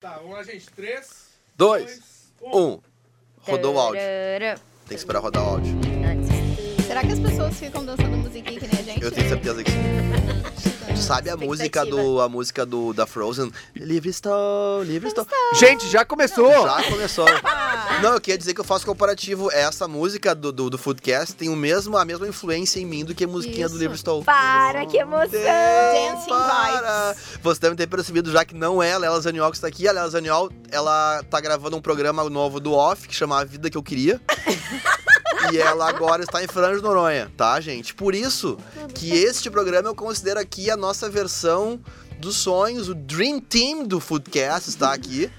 Tá, vamos lá, gente. Três, Dois, dois, um. um. Rodou o áudio. Tarará. Tem que esperar rodar o áudio. Será que as pessoas ficam dançando musiquinha que nem a gente? Eu tenho certeza que sim. Tu sabe a música do. A música do da Frozen? Livre estou, livre estou. Gente, já começou! Já começou. Não, eu queria dizer que eu faço comparativo. Essa música do, do, do Foodcast tem o mesmo, a mesma influência em mim do que a musiquinha do Isso. Livre Estou. Para, que emoção! Deus, Dancing para. Você deve ter percebido já que não é a Lela Zaniol que está aqui. A Lela Zaniol, ela tá gravando um programa novo do Off, que chama A Vida Que Eu Queria. e ela agora está em Franja de Noronha, tá, gente? Por isso que este programa eu considero aqui a nossa versão dos sonhos. O Dream Team do Foodcast está aqui.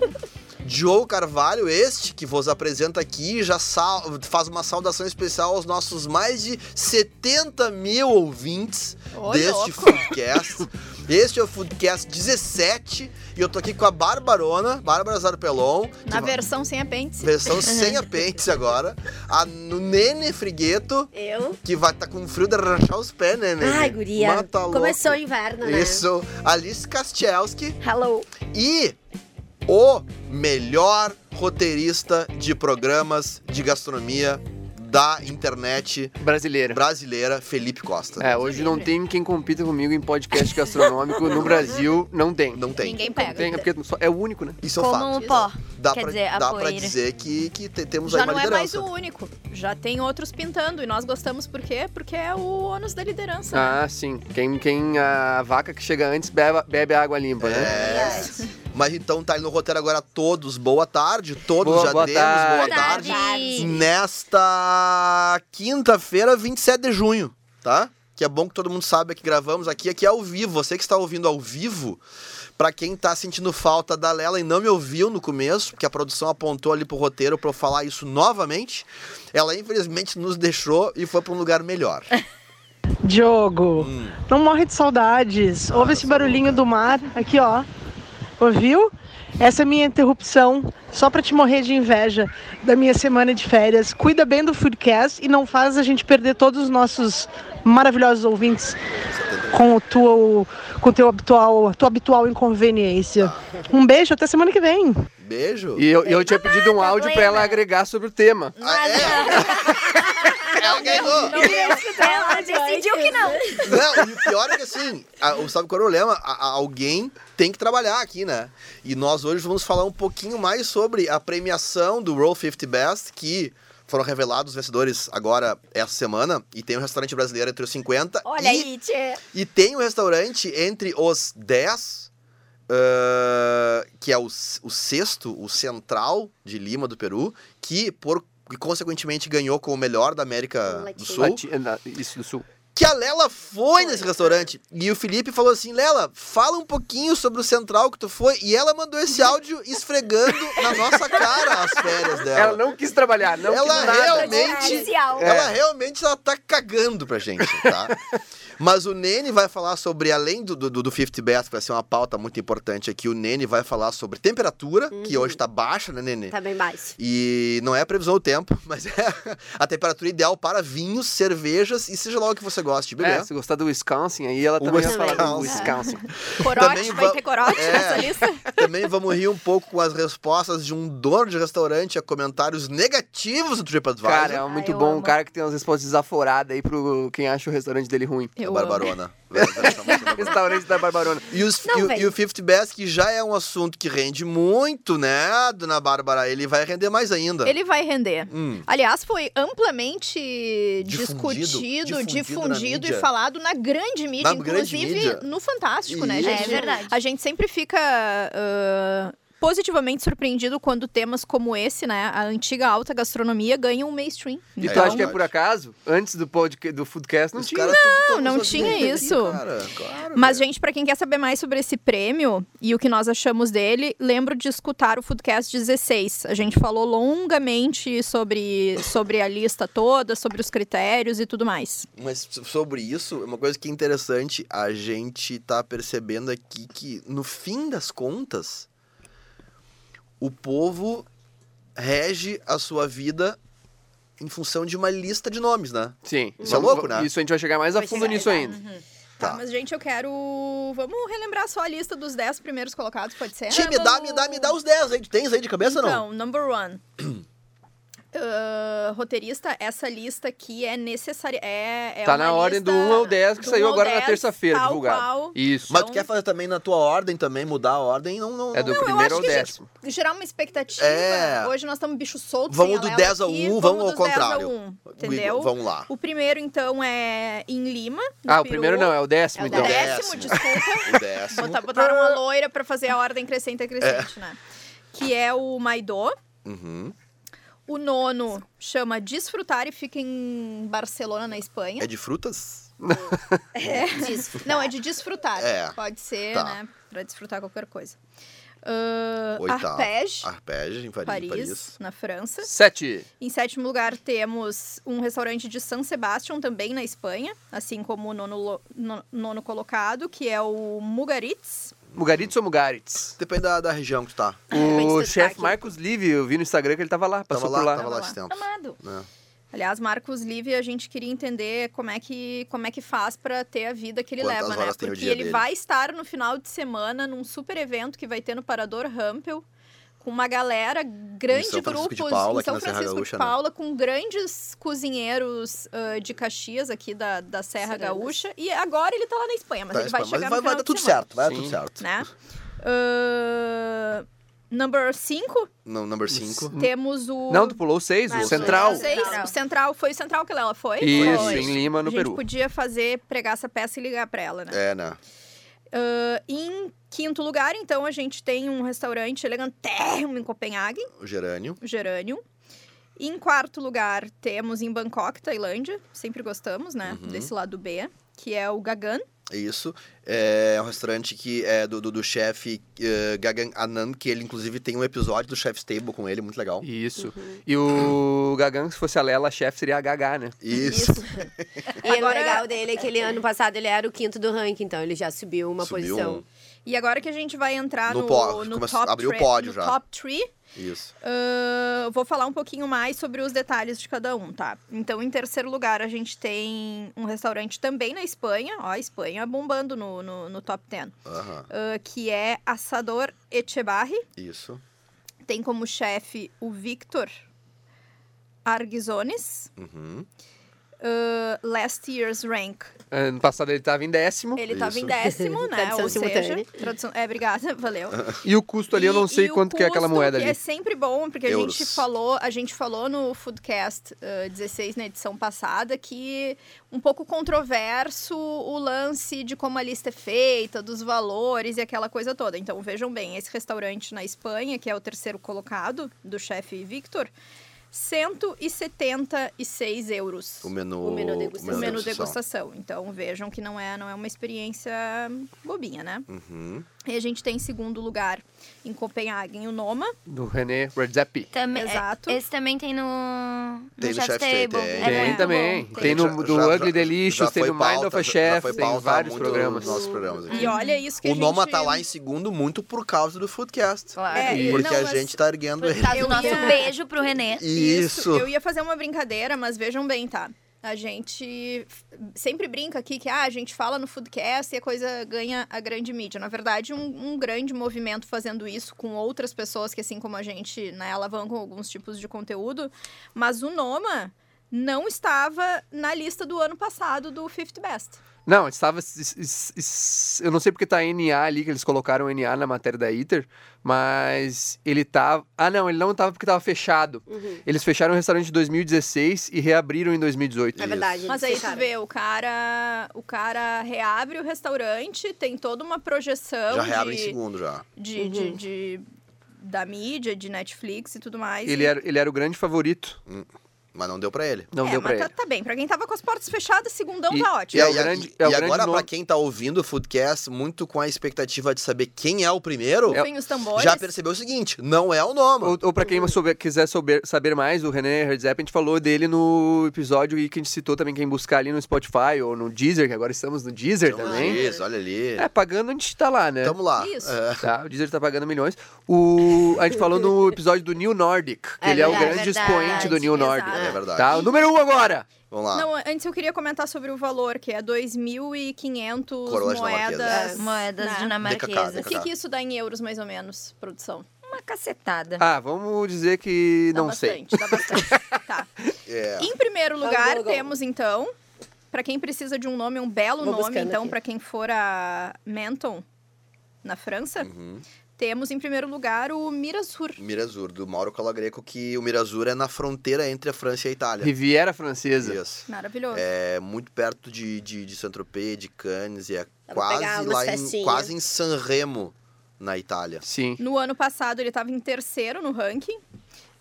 Joe Carvalho, este que vos apresenta aqui, já sal- faz uma saudação especial aos nossos mais de 70 mil ouvintes Ô, deste louco. Foodcast. Este é o Foodcast 17 e eu tô aqui com a Barbarona, Bárbara Zarpelon. que Na vai- versão sem apêndice. Versão sem apêndice agora. A Nene Frigueto, Eu? que vai estar tá com frio de arranchar os pés, né, Nene? Ai, guria. Mata louco. Começou o inverno, né? Isso. Alice Kastielski Hello. e o melhor roteirista de programas de gastronomia da internet Brasileira. brasileira, Felipe Costa. É, hoje não tem quem compita comigo em podcast gastronômico no Brasil, não tem. Não tem. Ninguém Não pega. tem, é porque só- é o único, né? Isso é um Como fato. o pó. Dá, Quer pra, dizer, a dá pra poeira. dizer que, que te- temos aí Já uma não é mais liderança. o único. Já tem outros pintando. E nós gostamos por quê? Porque é o ônus da liderança. né? Ah, sim. Quem, quem a vaca que chega antes bebe, bebe água limpa, né? É. Mas então tá aí no roteiro agora todos. Boa tarde, todos Boa- já boa demos. Boa tarde. tarde. Nesta quinta-feira, 27 de junho, tá? Que é bom que todo mundo sabe que gravamos aqui, aqui é ao vivo. Você que está ouvindo ao vivo, pra quem tá sentindo falta da Lela e não me ouviu no começo, porque a produção apontou ali pro roteiro pra eu falar isso novamente, ela infelizmente nos deixou e foi pra um lugar melhor. Diogo, Hum. não morre de saudades. Ah, Ouve esse tá barulhinho do mar aqui, ó. Ouviu? Essa é minha interrupção, só pra te morrer de inveja da minha semana de férias. Cuida bem do Foodcast e não faz a gente perder todos os nossos maravilhosos ouvintes com o teu, com o teu habitual, a tua habitual inconveniência. Um beijo, até semana que vem. Beijo. E eu, e eu tinha pedido um áudio pra ela agregar sobre o tema. Ah, é? Ela ganhou! Ela decidiu que não. Não, e o pior é que assim, a, o- sabe qual é o problema? A- a- alguém tem que trabalhar aqui, né? E nós hoje vamos falar um pouquinho mais sobre a premiação do Roll 50 Best, que foram revelados os vencedores agora essa semana. E tem um restaurante brasileiro entre os 50. Olha e, aí, tchê. E tem um restaurante entre os 10, ah, que é o, s- o sexto, o central de Lima, do Peru, que por e consequentemente ganhou com o melhor da América do Latina. Sul Lati- na- Isso do sul. que a Lela foi nesse restaurante. E o Felipe falou assim: Lela, fala um pouquinho sobre o central que tu foi. E ela mandou esse áudio esfregando na nossa cara as férias Ela dela. não quis trabalhar, não Ela quis nada. É, realmente- Oficial. Ela realmente ela tá cagando pra gente, tá? Mas o Nene vai falar sobre, além do, do, do 50 Best, que vai ser uma pauta muito importante aqui, o Nene vai falar sobre temperatura, que hoje tá baixa, né, Nene? Tá bem baixo. E não é a previsão do tempo, mas é a temperatura ideal para vinhos, cervejas e seja lá o que você goste de beber. É, se gostar do Wisconsin, aí ela O também vai falar do Wisconsin. Wisconsin. Também Corote, vai va- ter corote É. nessa lista? Também vamos rir um pouco com as respostas de um dono de restaurante a comentários negativos do TripAdvisor. Cara, é muito Ah, eu bom. Um amo. cara que tem umas respostas desaforadas aí pro quem acha o restaurante dele ruim. o Eu amo. Barbarona. Velho, velho, essa música é Barbarona. Restaurante da Barbarona. E, os, Não, e o- velho. e o 50 Best, que já é um assunto que rende muito, né, dona Bárbara? Ele vai render mais ainda. Ele vai render. Hum. Aliás, foi amplamente Difundido, discutido, difundido difundido, na mídia. e falado na grande Na mídia, grande inclusive mídia. no Fantástico, né, Isso. gente? É verdade. A gente sempre fica ah, positivamente surpreendido quando temas como esse, né, a antiga alta gastronomia, ganham um mainstream. E É, tu acha que é verdade. por acaso? Antes do, podcast, do Foodcast, não tá Os tinha. caras tudo tão não nos tinha ouvindo aqui, isso. cara, claro, Mas, velho. gente, pra quem quer saber mais sobre esse prêmio e o que nós achamos dele, lembro de escutar o Foodcast 16. A gente falou longamente sobre, sobre a lista toda, sobre os critérios e tudo mais. Mas so- sobre isso, uma coisa que é interessante, a gente tá percebendo aqui que, no fim das contas, o povo rege a sua vida em função de uma lista de nomes, né? Sim. Isso é louco, né? Isso a gente vai chegar mais a Vai fundo chegar. nisso ainda. Tá, Tá. mas gente, eu quero. Vamos relembrar só a lista dos 10 primeiros colocados, pode ser? Tia, me dá, me dá, me dá os 10 aí. Tu tens aí de cabeça ou não? Então, number one. Ah, roteirista, essa lista aqui é necessária. É, é tá uma na ordem do lista 1 ao 10 que do saiu 1 ao agora na 10, terça-feira, tal divulgado. qual. Isso. Mas tu Então- quer fazer também na tua ordem também, mudar a ordem? Não, não. É do não. eu primeiro acho ao que a gente- décimo. Gerar uma expectativa. É. Hoje nós estamos bicho solto. Vamos sem do alela 10 ao aqui, 1, vamos ao dos 10 contrário. 1, entendeu? Vamos lá. O primeiro, então, é em Lima. no Ah, o Peru. primeiro não, é o décimo, É o então. décimo. décimo, desculpa. O décimo. Botar, botaram uma loira pra fazer a ordem É. crescente a crescente, né? Que é o Maidô. Uhum. O nono chama Desfrutar e fica em Barcelona, na Espanha. É de frutas? Desfrutar. Não, é de desfrutar. É. Pode ser, Tá. né? Pra desfrutar qualquer coisa. Ah, Oitavo. Arpège, Arpege em Paris. Paris, Paris. na França. Sete. Em sétimo lugar, temos um restaurante de San Sebastião, também na Espanha. Assim como o nono, lo- no- nono colocado, que é o Mugaritz. Mugaritz ou Mugaritz? Depende da, da região que tu tá. Depende do O chefe Ah, destaque. Marcos Live, eu vi no Instagram que ele tava lá, passou Tava lá, por lá. tava lá. Vamos esse tempo. Amado. né? Aliás, Marcos Live, a gente queria entender como é que, como é que faz pra ter a vida que ele Quantas leva, né? horas tem o Porque dia ele dele? vai estar no final de semana num super evento que vai ter no Parador Rampel com uma galera, grande São Francisco de grupos Paula, em São aqui na Serra Francisco Gaúcha, de né? Paula, com grandes cozinheiros ah, de Caxias aqui da, da Serra Seranas. Gaúcha. E agora ele tá lá na Espanha, mas Tá, ele vai mas chegar vai, no final vai dar de tudo semana, certo, vai dar Sim. tudo certo. Né? Ah, number 5, No, number 5. temos o... Não, tu pulou o seis, Vai, o o central. seis, O central, foi o central que ela foi? Isso, Foi. em Lima, A no gente Peru. podia fazer, pregar essa peça e ligar pra ela, né? É, né? Ah, em quinto lugar, então, a gente tem um restaurante elegantérrimo em Copenhague, O gerânio. o Geranium. Em quarto lugar, temos em Bangkok, Tailândia. Sempre gostamos, né? Uhum. Desse lado B, que é o Gagan. Isso. É um restaurante que é do, do, do chefe eh, Gagan Anand, que ele inclusive tem um episódio do Chef's Table com ele, muito legal. Isso. Uhum. E o Gagan, se fosse a Lela, a chefe seria a Gagá, né? Isso. E Agora- o legal dele é que ele, ano passado, ele era o quinto do ranking, então ele já subiu uma Subiu posição. um. E agora que a gente vai entrar No no, pó- no começa- top abriu o tre- pódio no já. top three, Isso. Ah, vou falar um pouquinho mais sobre os detalhes de cada um, tá? Então, em terceiro lugar, a gente tem um restaurante também na Espanha. Ó, a Espanha bombando no, no, no top 10. Aham. ah, que é Assador Echebarri. Isso. Tem como chefe o Victor Arguizones. Uhum. Ah, last year's rank. Ano passado ele tava em décimo. Ele estava em Isso. décimo, né? Tradução Ou seja, simultânea. tradução... É, obrigada, valeu. E o custo ali, eu não E- sei e o quanto que é aquela custo, moeda que ali. É sempre bom, porque a Euros. gente falou, a gente falou no Foodcast ah, 16 na edição passada que um pouco controverso o lance de como a lista é feita, dos valores e aquela coisa toda. Então vejam bem, esse restaurante na Espanha, que é o terceiro colocado do chefe Victor, 176 euros. O menu. O menu degustação. O menu degustação. degustação. Então vejam que não é, não é uma experiência bobinha, né? Uhum. E a gente tem em segundo lugar em Copenhague, o Noma. Do René Redzepi. Também, é, Exato. Esse também tem no, Tem no no Chef's Chef's Table, Table. tem. É Tem muito também. bom. Tem no do Já- Ugly já- Delicious, já tem foi no Mind of pauta, a já- já Chef, foi tem pauta há vários muito programas. nos nossos programas aqui. E olha isso que Uhum. a O gente... Noma tá lá em segundo muito por causa do Foodcast. Claro. É, e- porque não, a mas- gente tá erguendo Por ele. causa Eu do nosso ia- beijo pro Renê. Isso. Eu ia fazer uma brincadeira, mas vejam bem, tá? A gente f- sempre brinca aqui que ah, a gente fala no Foodcast e a coisa ganha a grande mídia. Na verdade, um, um grande movimento fazendo isso com outras pessoas que, assim como a gente, né, alavancam alguns tipos de conteúdo. Mas o Noma não estava na lista do ano passado do Fifth Best. Não, estava. es- es- es- Eu não sei porque tá NA ali, que eles colocaram NA na matéria da ITER, mas ele tava. Ah, não, ele não tava porque tava fechado. Uhum. Eles fecharam o restaurante em 2016 e reabriram em 2018. Ah, É verdade. Mas aí eles tu fecharam. vê, o cara, o cara reabre o restaurante, tem toda uma projeção Já de, reabre em segundo já. de, de- de- da mídia, de Netflix e tudo mais. Ele E- era, ele era o grande favorito. Mas não deu pra ele. Não É, deu pra mas ele. tá, tá bem. Pra quem tava com as portas fechadas, segundão E- tá E, ótimo. é o aí, grande- e é o grande agora, pra nome. quem tá ouvindo o Foodcast, muito com a expectativa de saber quem é o primeiro, Rufem os tambores. já percebeu o seguinte: não é o Noma. Ou, ou pra Uhum. quem souber- quiser souber- saber mais, o René Hertzep, a gente falou dele no episódio e que a gente citou também, quem buscar ali no Spotify ou no Deezer, que agora estamos no Deezer Então, também. Isso, olha ali. É, pagando a gente tá lá, né? Tamo lá. Isso. É. Tá, o Deezer tá pagando milhões. O, a gente falou no episódio do New Nordic, que É ele é o verdade, grande verdade. expoente do New Exato. Nordic. é verdade. Tá? O número um agora! Vamos lá. Não, antes eu queria comentar sobre o valor, que é 2.500 Coroas moedas. dinamarquesas. né? É, Moedas DKK, dinamarquesas. O Tá. que, que isso dá em euros, mais ou menos, produção? Uma cacetada. Ah, vamos dizer que Dá não sei. bastante, Dá bastante. tá. É. Em primeiro lugar, Vamos, vamos. temos então, pra quem precisa de um nome, um belo Vou nome, buscando então, aqui. pra quem for a Menton, na França, Uhum. temos em primeiro lugar o Mirasur. Mirazur, do Mauro Calagreco, que o Mirazur é na fronteira entre a França e a Itália. Riviera Francesa. Isso. Maravilhoso. É muito perto de, de, de Saint-Tropez, de Cannes, e é pra pegar quase umas lá em, festinhas. quase em San Remo, na Itália. Sim. No ano passado, ele estava em terceiro no ranking.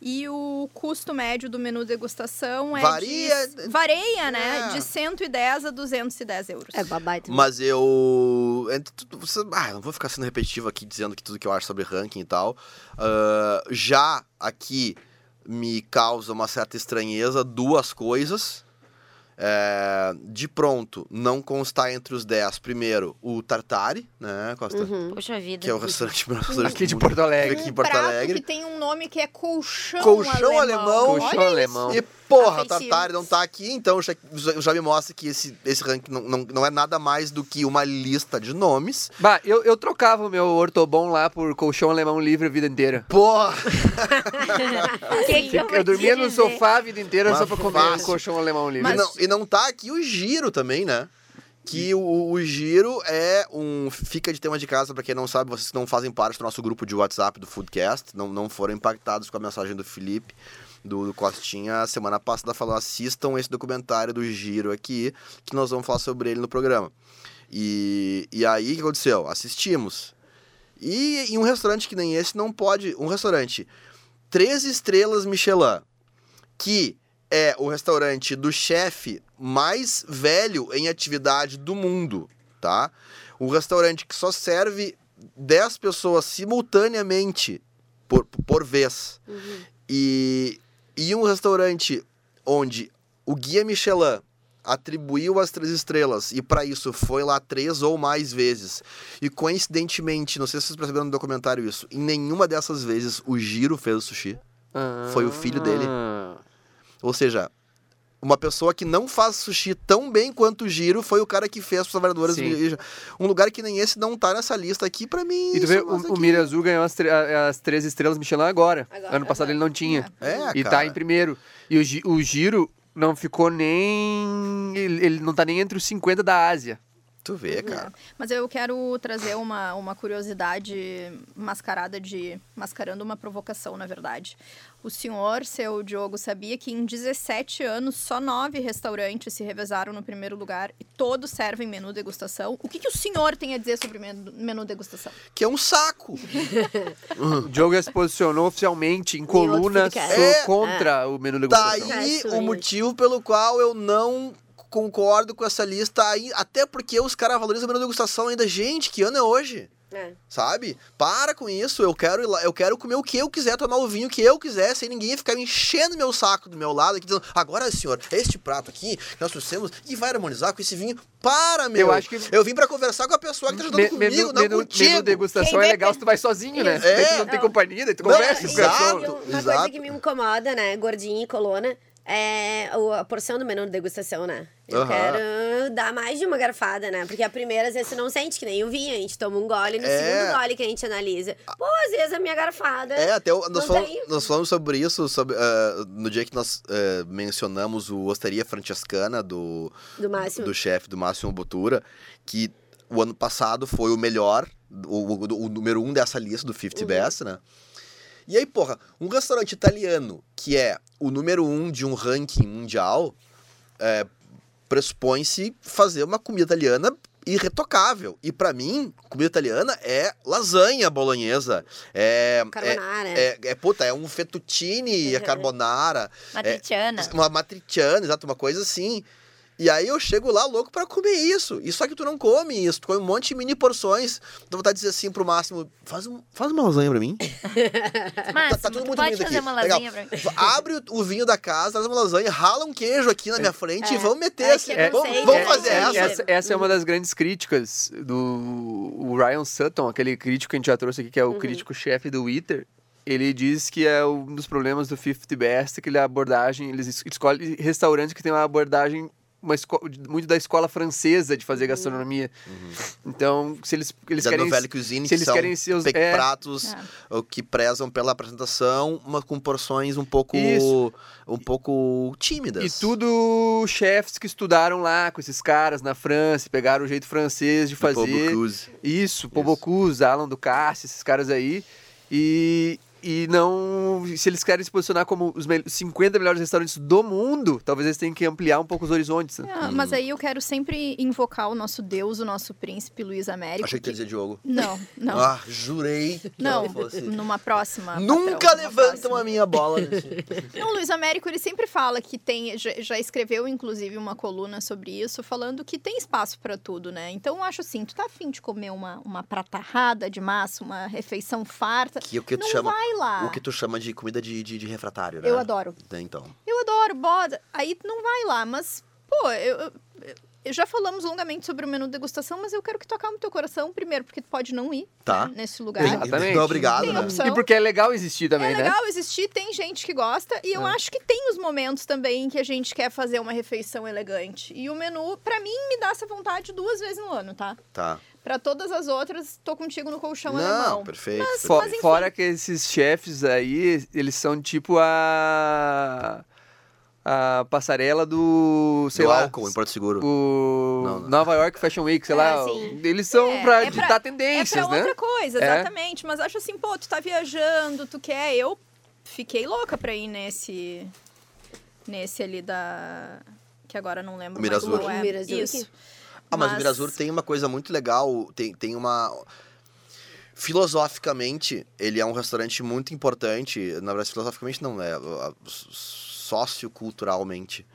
E o custo médio do menu degustação é Varia- de... Varia, né? É. De 110 a 210 euros. É babai também. Mas eu. entre tudo- você- Ah, não vou ficar sendo repetitivo aqui dizendo que tudo que eu acho sobre ranking e tal. Ah, já aqui me causa uma certa estranheza duas coisas. É, de pronto, não constar entre os 10, primeiro, o Tartare, né, Costa? Uhum. Poxa vida. Que é o restaurante, o melhor restaurante Aqui de do mundo. Porto Alegre. aqui em um Porto prato Alegre. que tem um nome que é colchão, Colchão alemão. alemão. Colchão Olha alemão. E porra, Afetivo. Tartari não tá aqui, então já, já me mostra que esse, esse ranking não, não, não é nada mais do que uma lista de nomes. Bah, eu, eu trocava o meu ortobon lá por colchão alemão livre a vida inteira. Porra! que que Eu, vou te dormia no dizer? sofá a vida inteira Mas só pra comer fácil. um colchão alemão livre. E, não, e não tá aqui o giro também, né? Que o, o giro é um. Fica de tema de casa, pra quem não sabe, vocês que não fazem parte do nosso grupo de WhatsApp do Foodcast, não, não foram impactados com a mensagem do Felipe, do, do Costinha, semana passada falou: assistam esse documentário do giro aqui, que nós vamos falar sobre ele no programa. E, e aí, o que aconteceu? Assistimos. E em um restaurante que nem esse não pode. Um restaurante. Três estrelas Michelin. Que é o restaurante do chefe mais velho em atividade do mundo, tá? O restaurante que só serve 10 pessoas simultaneamente por, por vez. E, e um restaurante onde o guia Michelin atribuiu as três estrelas e para isso foi lá três ou mais vezes. E coincidentemente, não sei se vocês perceberam no documentário isso, em nenhuma dessas vezes o Giro fez o sushi. Ah. Foi o filho dele. Ou seja, uma pessoa que não faz sushi tão bem quanto o Giro foi o cara que fez os Salvadoras. Sim. Mija. Um lugar que nem esse não tá nessa lista aqui pra mim. E tu isso vê, não tá o, o aqui. Mira Azul ganhou as, tre- a- as três estrelas Michelin agora. Agora, ano passado aham. ele não tinha. É, e cara. tá em primeiro. E o, Gi- o Giro não ficou nem... Ele, ele não tá nem entre os 50 da Ásia. Tu Uhum. vê, cara. É. Mas eu quero trazer uma, uma curiosidade mascarada de. mascarando uma provocação, na verdade. O senhor, seu Diogo, sabia que em 17 anos só nove restaurantes se revezaram no primeiro lugar e todos servem menu degustação? O que, que o senhor tem a dizer sobre menu, menu degustação? Que é um saco. O Diogo já se posicionou oficialmente em coluna podcast. sou É. contra o menu tá degustação. É, aí isso o aí. motivo pelo qual eu não concordo com essa lista aí. Até porque os caras valorizam a degustação ainda. Gente, que ano é hoje? É. Sabe? Para com isso. Eu quero ir lá, eu quero comer o que eu quiser, tomar o vinho que eu quiser, sem ninguém ficar me enchendo meu saco do meu lado aqui dizendo: "Agora, senhor, este prato aqui que nós trouxemos e vai harmonizar com esse vinho". Para, meu. Eu acho que- eu vim pra conversar com a pessoa que tá ajudando Me- comigo, menu, não menu, contigo. menu degustação é Quem legal se tu vai sozinho, né? Isso. Daí tu não É. tem companhia, daí tu Não, conversa com o exato. garçom. E É, uma coisa exato. que me incomoda, né? Gordinha e colona. É o- a porção do menu de degustação, né? Eu Aham. quero dar mais de uma garfada, né? Porque a primeira, às vezes, você não sente, que nem o vinho. A gente toma um gole, no É. segundo gole que a gente analisa. Pô, às vezes a minha garfada. É, até o- nós, Não falamos, tem- nós falamos sobre isso sobre, eh, no dia que nós eh, mencionamos o Osteria Francescana do, Do Máximo. do chefe do Máximo Botura, que o ano passado foi o melhor, o, o- o número um dessa lista do 50 Best, né? E aí, porra, um restaurante italiano que é o número um de um ranking mundial, é, pressupõe-se fazer uma comida italiana irretocável. E pra mim, comida italiana é lasanha bolonhesa, é, é, Carbonara. é, é, puta, é um fettuccine, a carbonara, Matriciana. uma matriciana, exato, uma coisa assim. E aí eu chego lá louco pra comer isso. E só que tu não come isso, tu come um monte de mini porções. Dá vontade de dizer assim pro máximo, faz, um, faz uma lasanha pra mim. Mas, tá tudo tu muito pode lindo fazer aqui. uma Legal. lasanha pra mim? Abre o, o vinho da casa, traz uma lasanha, rala um queijo aqui na É. minha frente e vamos meter Ai, assim. que Vamos, preconceito, vamos né? fazer Isso aí. essa. essa, essa é uma das grandes críticas do o Ryan Sutton, aquele crítico que a gente já trouxe aqui, que é o crítico-chefe do Twitter. Ele diz que é um dos problemas do 50 Best, que ele é a abordagem, eles es- escolhem restaurantes que tem uma abordagem uma esco- muito da escola francesa de fazer gastronomia. Então, se eles, eles da querem... novela cuisine, se que eles são querem ser os- pe- é. pratos o que prezam pela apresentação, mas com porções um pouco Isso. um pouco tímidas. E tudo chefes que estudaram lá com esses caras na França, e pegaram o jeito francês de Do Paul fazer. Bocuse. Isso, Pobocuse, Alan Ducasse, esses caras aí. E, e não. Se eles querem se posicionar como os mel- 50 melhores restaurantes do mundo, talvez eles tenham que ampliar um pouco os horizontes. Hum. né? Ah, mas aí eu quero sempre invocar o nosso deus, o nosso príncipe Luiz Américo. Achei que ia dizer Diogo. Não, não. Ah, jurei que Não, é um ela fosse. numa próxima. Nunca Patrão, numa levantam próxima. a minha bola. nesse- Não, Então, o Luiz Américo, ele sempre fala que tem. Já, já escreveu, inclusive, uma coluna sobre isso, falando que tem espaço pra tudo, né? Então, eu acho assim: tu tá afim de comer uma, uma pratarrada de massa, uma refeição farta. que o que tu não chama, vai lá. o que tu chama de comida de, de, de refratário, né? Eu adoro. Então, Eu adoro boda. Aí tu não vai lá, mas, pô, eu. eu- eu- já falamos longamente sobre o menu de degustação, mas eu quero que tu acalme teu coração primeiro, porque tu pode não ir Tá. né, nesse lugar. Tem- Exatamente. Não, obrigado, Tem né? opção. E porque é legal existir também, é né? Ah. legal existir, tem gente que gosta. E eu acho que tem os momentos também que a gente quer fazer uma refeição elegante. E o menu, pra mim, me dá essa vontade duas vezes no ano, tá? Tá. Pra todas as outras, tô contigo no colchão Não, alemão. perfeito. Então é Mas- Fo- enfim. Fora que esses chefes aí, eles são tipo a. A passarela do. Sei Do lá. álcool em Porto Seguro. o Não, não. Nova York Fashion Week, sei É, lá. sim. Eles são Ah, É, pra é pra- ditar é tendências, pra né? outra coisa, É. exatamente. Mas acho assim, pô, tu tá viajando, tu quer. Eu fiquei louca pra ir nesse. Nesse ali da. Que agora não lembro mais Mirazur. qual é. Mirazur. Isso. Ah, mas, o Mas- Mirasur tem uma coisa muito legal, tem, tem uma... Filosoficamente, ele é um restaurante muito importante, na verdade, filosoficamente não, é a- socioculturalmente,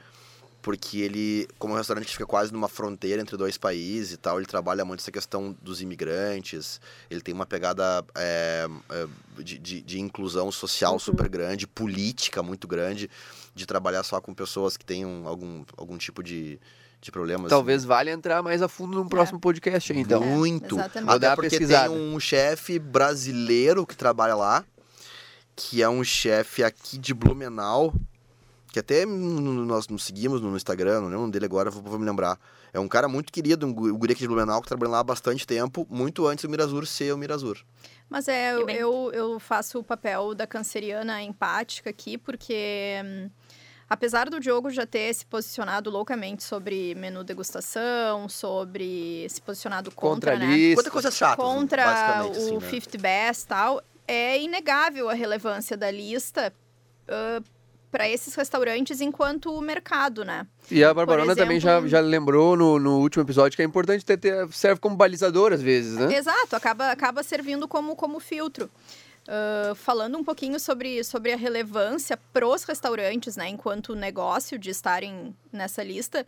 porque ele, como o restaurante fica quase numa fronteira entre dois países e tal, ele trabalha muito essa questão dos imigrantes, ele tem uma pegada é, é, de, de- de inclusão social super grande, política muito grande, de trabalhar só com pessoas que tenham algum, algum tipo de, de problema. assim, Talvez valha entrar mais a fundo num próximo podcast aí, então. muito. É, exatamente. Vou dar Até uma porque tem pesquisada. um chefe brasileiro que trabalha lá, que é um chefe aqui de Blumenau, que até no- no- nós nos seguimos no Instagram, não lembro o nome dele agora, vou, vou me lembrar. É um cara muito querido, um gu- o guri aqui de Blumenau, que trabalha lá há bastante tempo, muito antes do Mirazur ser o Mirazur. Mas é, E eu, bem. eu, eu faço o papel da canceriana empática aqui, porque hum, apesar do Diogo já ter se posicionado loucamente sobre menu degustação, sobre se posicionado contra, Contra a né? lista. Quanta coisa chata, contra basicamente, o assim, né? 50 Best e tal, é inegável a relevância da lista para esses restaurantes enquanto o mercado, né? E a Barbarona exemplo, também já, já lembrou no, no último episódio que é importante ter, ter- serve como balizador às vezes, né? Exato, acaba, acaba servindo como, como filtro. Ah, falando um pouquinho sobre, sobre a relevância pros restaurantes, né, enquanto negócio de estarem nessa lista,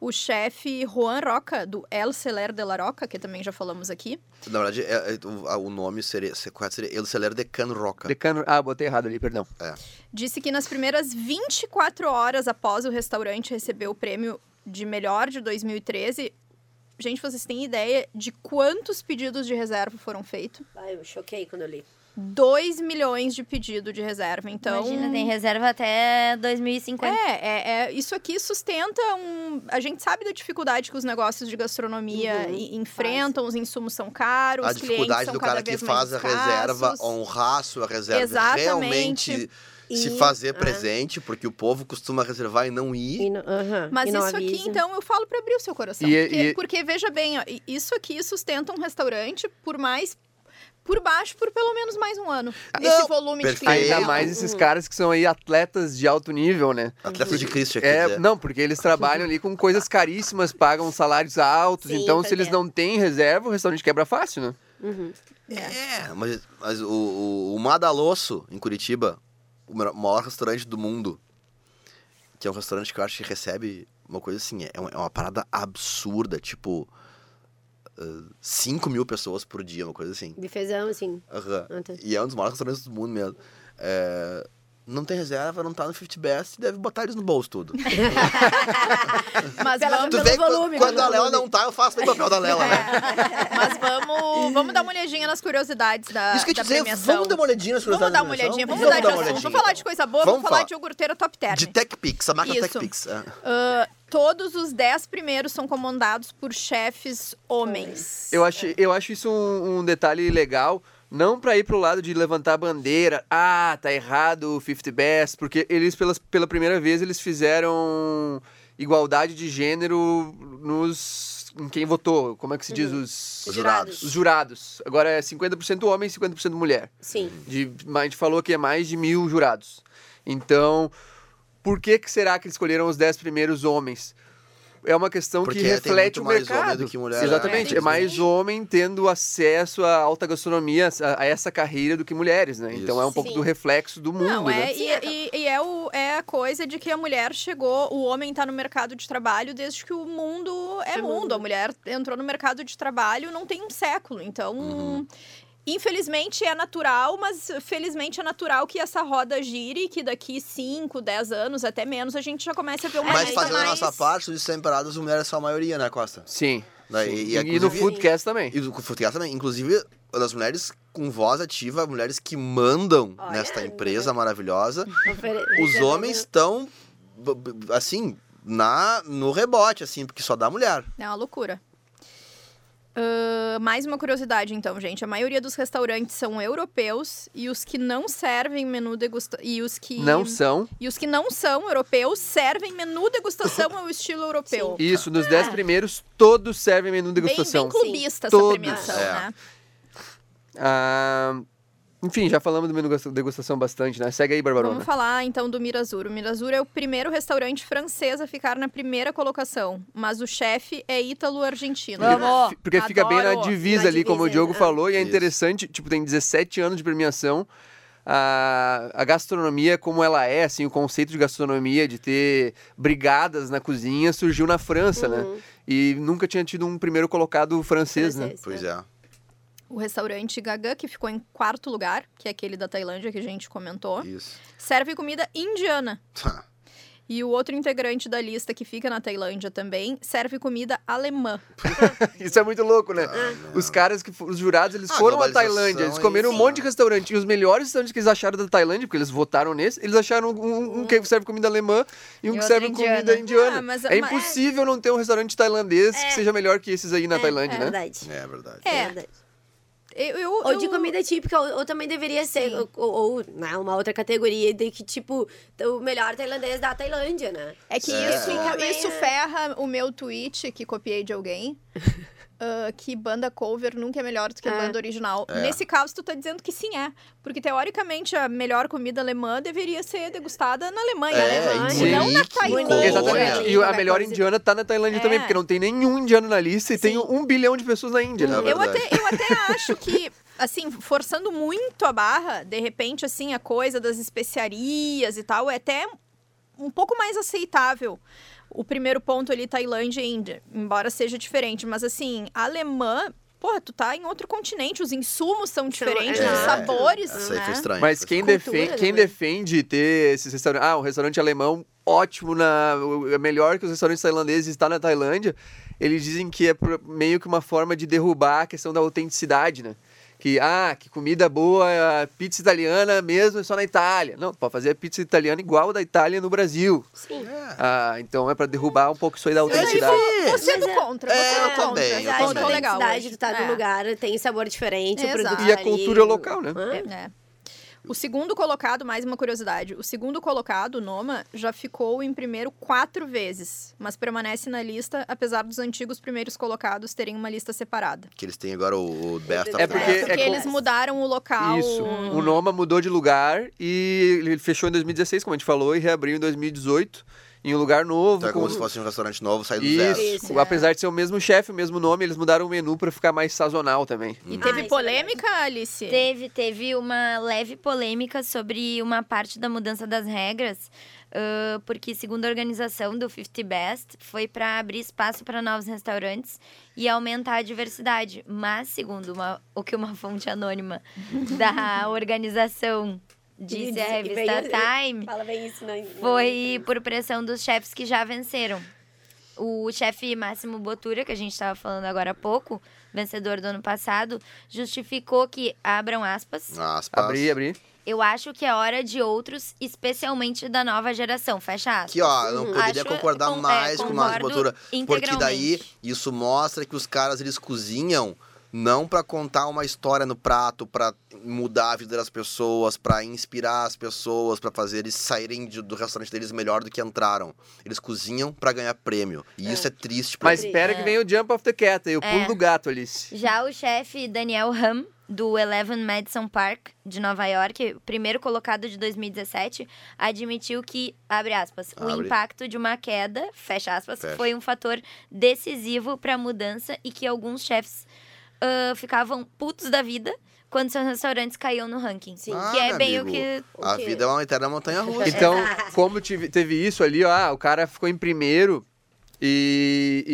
o chefe Juan Roca, do El Celer de la Roca, que também já falamos aqui, Na verdade, é- é- o, a- o nome seria, se- correto seria El Celer de Can Roca. Decano... Ah, botei errado ali, perdão. disse que nas primeiras 24 horas após o restaurante receber o prêmio de melhor de 2013, gente, vocês têm ideia de quantos pedidos de reserva foram feitos? Ai, eu choquei quando eu li. 2 milhões de pedido de reserva. Então, Imagina, tem reserva até 2050. É, é, é, isso aqui sustenta um. A gente sabe da dificuldade que os negócios de gastronomia Uhum, e- enfrentam, os insumos são caros, a os clientes dificuldade são do cada cara que vez mais faz a escassos. reserva, honrar a sua reserva, Exatamente. é. realmente se E- fazer ah. presente, porque o povo costuma reservar e não ir. E não- aham, Mas e não isso aqui, avisa. então, eu falo para abrir o seu coração. é- E- porque, e- porque, veja bem, ó, i- isso aqui sustenta um restaurante por mais. Por baixo, por pelo menos mais um ano. Esse volume Ah, perfeito. de clientes. Ainda mais esses caras que são aí atletas de alto nível, né? Atleta de Cristo, quer É, dizer. não, porque eles trabalham ali com coisas caríssimas, pagam salários altos, Sim, então pois se eles é. não têm reserva, o restaurante quebra fácil, né? Uhum. É, mas, mas o, o, o Madalosso, em Curitiba, o maior- maior restaurante do mundo, que é um restaurante que eu acho que recebe uma coisa assim, é uma, é uma parada absurda, tipo... 5 mil pessoas por dia, uma coisa assim. Bifezão, assim. Aham. Ah, tá. E é um dos maiores restaurantes do mundo mesmo. É, Não tem reserva, não tá no 50 Best, deve botar eles no bolso tudo. Mas Pela- vamos, É. tu Pelo vê que quando, volume, quando né? pelo a Lela volume. não tá, eu faço bem o papel da Lela, né? mas vamos, vamos dar uma olhadinha nas curiosidades da, Isso que eu É, da te dizer, premiação. vamos dar uma olhadinha nas Vamos curiosidades dar da uma premiação? olhadinha, vamos mudar de dar uma assunto. olhadinha, Vamos falar de então. coisa boa, vamos, Vamos falar falar. de iogurteira top term. De TechPix, a marca Isso. TechPix. é. Ah, todos os 10 primeiros são comandados por chefes homens. Eu acho, eu acho isso um, um detalhe legal, não pra ir pro lado de levantar a bandeira, ah, tá errado o 50 Best, porque eles, pelas, pela primeira vez, eles fizeram igualdade de gênero nos... em quem votou, como é que se diz? Os, Os jurados. os jurados. Agora é 50% homem e 50% mulher. Sim. De, mas a gente falou que é mais de mil jurados. Então, por que, que será que eles escolheram os 10 primeiros homens? É uma questão Porque que tem reflete o muito mais mercado. homem do que mulher, Exatamente. né? É mais homem tendo acesso à alta gastronomia, a, a essa carreira, do que mulheres, né? Isso. Então é um pouco Sim. do reflexo do mundo, Não, é, né? e, e- e é, o- é a coisa de que a mulher chegou, o homem tá no mercado de trabalho desde que o mundo é, É mundo. mundo. A mulher entrou no mercado de trabalho não tem um século. Então, infelizmente é natural, mas felizmente é natural que essa roda gire, e que daqui 5, 10 anos, até menos, a gente já comece a ver uma Mas lista fazendo mais... a nossa parte, os semprados, as mulheres são a maioria, né, Costa? Sim. Daí- Sim. e E, no inclusive- foodcast também. E o Futecast também. Inclusive, das mulheres com voz ativa, mulheres que mandam Olha, nesta ainda empresa maravilhosa. Ofere- Os é homens estão, b- b- assim, na, no rebote, assim, porque só dá mulher. É uma loucura. Ahn, mais uma curiosidade, então, gente. A maioria dos restaurantes são europeus e os que não servem menu degustação. E os que. Não são. E os que não são europeus servem menu degustação ao estilo europeu. Isso, nos 10 primeiros, todos servem menu É. Bem, bem degustação. clubista essa Todos. premiação, É. né? Ah, enfim, já falamos do menu gasta- degustação bastante, né? Segue aí, Barbarona. Vamos falar então do Mirazur. O Mirazur é o primeiro restaurante francês a ficar na primeira colocação, mas o chefe é ítalo-argentino. Vamos! Fi- Porque fica bem na Adoro. divisa Na ali, como o divisa, Diogo né? falou, e é Isso. interessante, tipo, tem 17 anos de premiação. A, a gastronomia, como ela é, assim, o conceito de gastronomia, de ter brigadas na cozinha, surgiu na França, Uhum. né? E nunca tinha tido um primeiro colocado francês, né? Francês, Pois né? é. O restaurante Gagan, que ficou em quarto lugar, que é aquele da Tailândia que a gente comentou, Isso. serve comida indiana. E o outro integrante da lista que fica na Tailândia também serve comida alemã. Isso é muito louco, né? Ah, Os caras que fo- os jurados, eles Ah, foram à globalização, Tailândia, eles comeram um isso, monte de né? restaurante. E os melhores restaurantes que eles acharam da Tailândia, porque eles votaram nesse, eles acharam um, um que serve comida alemã e um que E outro serve indiana. comida indiana. Ah, mas- é mas- impossível não ter um restaurante tailandês que seja melhor que esses aí na É Tailândia, né? verdade. Tá É verdade. É. verdade. Eu, eu, Ou de eu- comida típica, ou, ou também deveria ser, ou, ou né, uma outra categoria de que, tipo, o melhor tailandês da Tailândia, né? É que É. isso, Fica meio- isso ferra o meu tweet que copiei de alguém. ah, que banda cover nunca é melhor do que É. banda original. Nesse caso, tu tá dizendo que sim é. Porque, teoricamente, a melhor comida alemã deveria ser degustada na Alemanha, É, né? em não na Munique, Tailândia. Colônia. Exatamente. E a Qualquer melhor coisa. indiana tá na Tailândia É. também, porque não tem nenhum indiano na lista e tem Sim. um bilhão de pessoas na Índia, né? É Eu verdade. até, eu até acho que, assim, forçando muito a barra, de repente, assim, a coisa das especiarias e tal, é até um pouco mais aceitável. O primeiro ponto ali, Tailândia e Índia, embora seja diferente. Mas, assim, alemã, porra, tu tá em outro continente, os insumos são diferentes, é, os sabores, Essa aí né? foi estranha. Mas Foi quem, estranha. cultura, defen- né, quem mãe? defende ter esses restaurantes. Ah, um restaurante alemão ótimo, na... o- é melhor que os restaurantes tailandeses está na Tailândia. Eles dizem que é pro- meio que uma forma de derrubar a questão da autenticidade, né? Que, ah, que comida boa, é a pizza italiana mesmo é só na Itália. Não, pode fazer a pizza italiana igual a da Itália no Brasil. Sim. Ah, então é para derrubar um pouco isso aí da autenticidade. Você é do Mas é- contra, É, você é do eu contra. também, você eu é do Acho que contra, a também. legal. identidade de estar É. no lugar tem sabor diferente, o Exato. produto E a ali- cultura local, né? Hã? É. O segundo colocado, mais uma curiosidade, o segundo colocado, o Noma, já ficou em primeiro quatro vezes, mas permanece na lista, apesar dos antigos primeiros colocados terem uma lista separada. Que eles têm agora o, o Best of É the porque- Best. é Porque co- eles mudaram o local. Isso. O Noma mudou de lugar e ele fechou em 2016, como a gente falou, e reabriu em 2018 em um lugar novo. Então é como com- se fosse um restaurante novo, sair do zero. Isso. Isso, O- Apesar de ser o mesmo chefe, o mesmo nome, eles mudaram o menu pra ficar mais sazonal também. E Ah, teve isso é polêmica, Alice? Teve, teve uma leve polêmica sobre uma parte da mudança das regras, ãh, porque, segundo a organização do 50 Best, foi para abrir espaço para novos restaurantes e aumentar a diversidade. Mas, segundo uma- o que uma fonte anônima da organização disse Disse- a e revista veio- É. Time, Fala bem isso, né? não. foi por pressão dos chefes que já venceram. O chefe Máximo Botura, que a gente estava falando agora há pouco, vencedor do ano passado, justificou que, abram aspas, Aspas. Abri, abri. eu acho que é hora de outros, especialmente da nova geração, fecha aspas. Aqui, Uhum. ó, eu não poderia Acho- concordar com- é, mais com o Márcio concordo Botura. Porque daí integralmente. isso mostra que os caras eles cozinham não pra contar uma história no prato, pra mudar a vida das pessoas, pra inspirar as pessoas, pra fazer eles saírem de- do restaurante deles melhor do que entraram. Eles cozinham pra ganhar prêmio. E isso é triste pra Mas mim. espera que vem o Jump of the Cat aí, o pulo do gato, Alice. Já o chefe Daniel Ham, do Eleven Madison Park, de Nova York, primeiro colocado de 2017, admitiu que, abre aspas, o Abre. impacto de uma queda, fecha aspas, Fecha. foi um fator decisivo para a mudança e que alguns chefes ah, ficavam putos da vida quando seus restaurantes caíam no ranking. Sim. que é Ah, bem o amigo. que... A O quê? vida é uma eterna montanha russa. Então, Exato. como tive- teve isso ali, ó, ah, o cara ficou em primeiro e,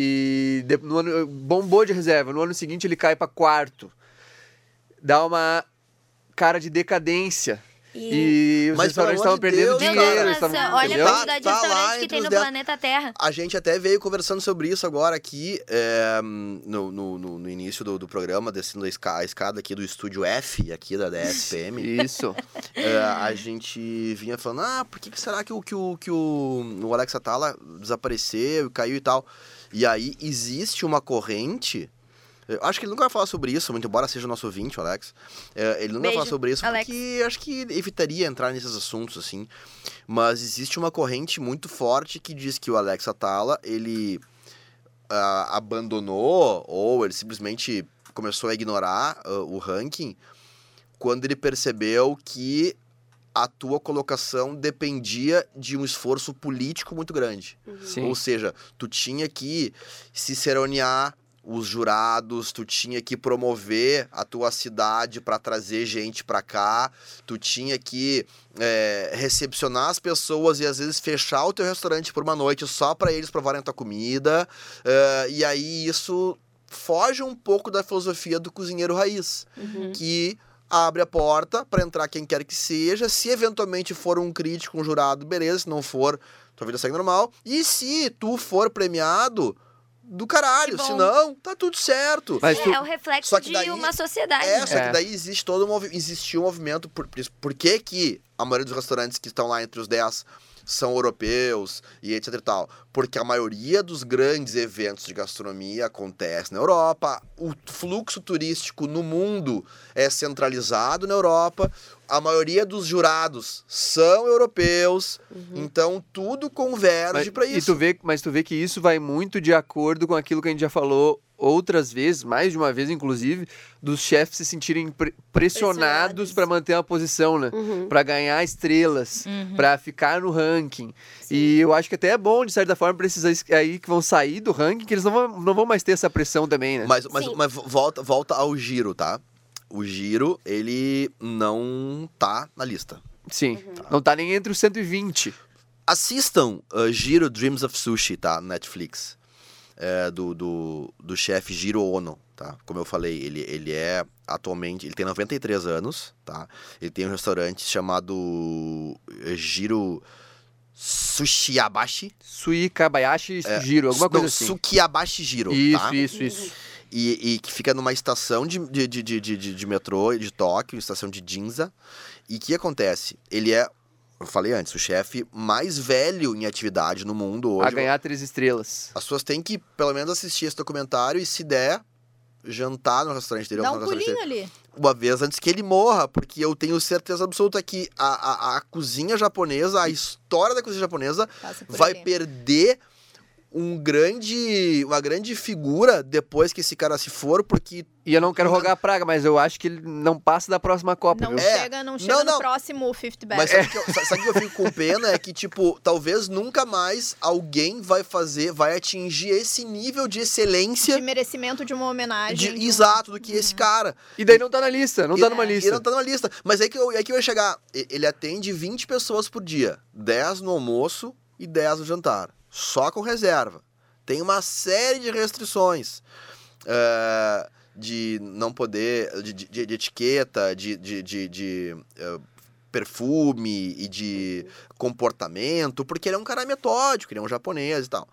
e de- no ano, bombou de reserva. No ano seguinte ele cai pra quarto. Dá uma cara de decadência. um E, os Mas, restaurantes pelo estavam amor de perdendo Deus, Meu dinheiro. Deus, estavam- nossa, olha entendeu? a Tá- quantidade de tá lá restaurantes que entre tem os no dez- planeta Terra. A gente até veio conversando sobre isso agora aqui é, no, no- no- no início do, do programa, descendo a esca- a escada aqui do estúdio F, aqui da DSPM. Isso. É, a gente vinha falando, ah, por que, que será que, o, que, o, que o, o Alex Atala desapareceu e caiu e tal? E aí existe uma corrente. eu acho que ele nunca vai falar sobre isso, muito embora seja nosso ouvinte, o Alex. É, ele nunca vai Beijo, falar sobre isso, Alex. porque acho que evitaria entrar nesses assuntos, assim. Mas existe uma corrente muito forte que diz que o Alex Atala, ele ah, abandonou, ou ele simplesmente começou a ignorar ah, o ranking quando ele percebeu que a tua colocação dependia de um esforço político muito grande. Sim. Ou seja, tu tinha que ciceronear os jurados, tu tinha que promover a tua cidade para trazer gente para cá, tu tinha que é, recepcionar as pessoas e às vezes fechar o teu restaurante por uma noite só para eles provarem a tua comida. é, e aí isso foge um pouco da filosofia do cozinheiro raiz Uhum. que abre a porta para entrar quem quer que seja. Se eventualmente for um crítico, um jurado, beleza. Se não for, tua vida segue normal. E se tu for premiado, do caralho. Que bom. Se não, tá tudo certo. Mas tu- É, é o reflexo Só que de daí- uma sociedade. É, só É. que daí existe todo um movi- existiu um movimento. Por, por isso- por que, que a maioria dos restaurantes que estão lá entre os 10 são europeus e etc e tal? Porque a maioria dos grandes eventos de gastronomia acontece na Europa, o fluxo turístico no mundo é centralizado na Europa, a maioria dos jurados são europeus, então tudo Mas, converge para e isso. tu vê, mas tu vê que isso vai muito de acordo com aquilo que a gente já falou outras vezes, mais de uma vez inclusive, dos chefes se sentirem pre- pressionados Pressionados. para manter uma posição, né? Uhum. Pra ganhar estrelas, Uhum. pra ficar no ranking. E eu acho que até é bom, de certa forma, pra esses aí que vão sair do ranking, que eles não vão, não vão mais ter essa pressão também, né? Mas, mas, Sim. mas volta, volta ao giro, tá? O giro, ele não tá na lista. Sim. Uhum. Não tá nem entre os 120. Assistam uh, Giro Dreams of Sushi, tá? No Netflix. É, do do, do chefe Giro Ono, tá? Como eu falei, ele, ele é atualmente... Ele tem 93 anos, tá? Ele tem um restaurante chamado eh, Giro Sushi Abashi. Sui Kabayashi Giro, alguma É. Não, coisa assim. Sukiabashi Giro, Isso, tá? isso, isso. e, e que fica numa estação de, de, de, de, de, de metrô de Tóquio, estação de Ginza. E o que acontece? Ele é, eu falei antes, o chefe mais velho em atividade no mundo Uhum. hoje. A ganhar três estrelas. As pessoas têm que, pelo menos, assistir esse documentário e, se der, jantar no restaurante dele. Dá ou um no restaurante pulinho ali. uma vez antes que ele morra, porque eu tenho certeza absoluta que a, a, a cozinha japonesa, a história da cozinha japonesa, Passa por vai ali. perder um grande, uma grande figura depois que esse cara se for, porque E eu não quero rogar praga, mas eu acho que ele não passa da próxima Copa, Não viu? É. chega, não chega no não. próximo fifth back. Mas é sabe o que, eu- sa- sabe o que eu fico com pena? É que, tipo, talvez nunca mais alguém vai fazer, vai atingir esse nível de de excelência. merecimento de uma de- homenagem. de um- exato, do que esse cara. E daí não tá na lista, não E- tá numa E lista. não tá numa lista. Mas aí que, eu, aí que eu ia chegar. E- Ele atende 20 pessoas por dia. 10 no almoço e 10 no jantar. Só com reserva. Tem uma série de restrições. eh, de não poder... De, de- de etiqueta, de... de, de- de, eh, perfume e de comportamento, porque ele é um cara metódico, ele é um japonês e tal.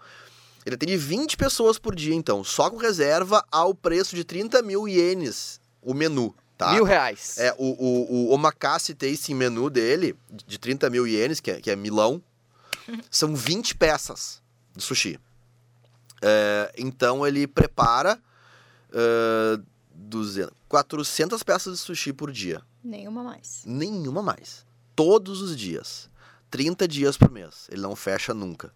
Ele atende 20 pessoas por dia, então, só com reserva ao preço de 30 mil ienes o menu, tá? Mil reais. É, o, o, o Omakase Tasting Menu dele, de 30 mil ienes, que é, que é milão, são 20 peças de sushi. É, então ele prepara é, 200, 400 peças de sushi por dia. Nenhuma mais. Nenhuma mais. Todos os dias. 30 dias por mês. Ele não fecha nunca.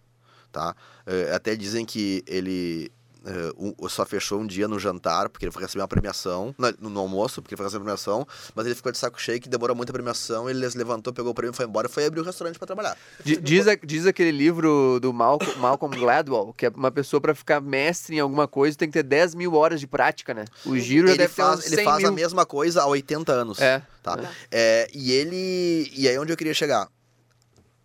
Tá? É, até dizem que ele é, um- só fechou um dia no jantar, porque ele foi receber uma premiação. No, no- no almoço, porque ele foi receber uma premiação. Mas ele ficou de saco cheio, que demorou muito a premiação. Ele se levantou, pegou o prêmio, foi embora e foi abrir o restaurante para trabalhar. Di- Diz, a- diz aquele livro do Malcolm, Malcolm Gladwell, que é uma pessoa pra ficar mestre em alguma coisa tem que ter 10 mil horas de prática, né? O giro já ele deve faz, ter uns ele 100 faz mil. a mesma coisa há 80 anos. É. Tá? É, e ele. E aí é onde eu queria chegar.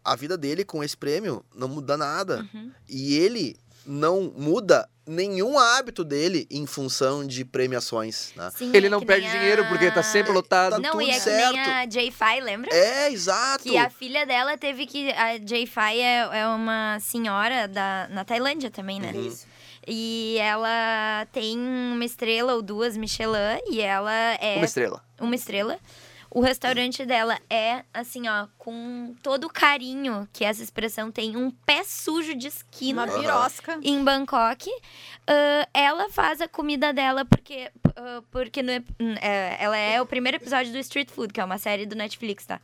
A vida dele com esse prêmio não muda nada. Uhum. E ele não muda nenhum hábito dele em função de premiações. Né? Sim, Ele é não que nem perde dinheiro a- porque tá sempre Tá lotado. Não, tudo e é que certo. nem a J-Fi, lembra? É, exato. Que a filha dela teve que. A J-Fi é, é uma senhora da, na Tailândia também, né? Uhum. Isso. E ela tem uma estrela ou duas Michelin e ela é Uma estrela. uma estrela. O restaurante dela é, assim, ó, com todo o carinho que essa expressão tem, um pé sujo de esquina Uma Uhum. birosca. em Bangkok. Ah, ela faz a comida dela porque, ah, porque no ep- hum, é, ela é o primeiro episódio do Street Food, que é uma série do Netflix, tá?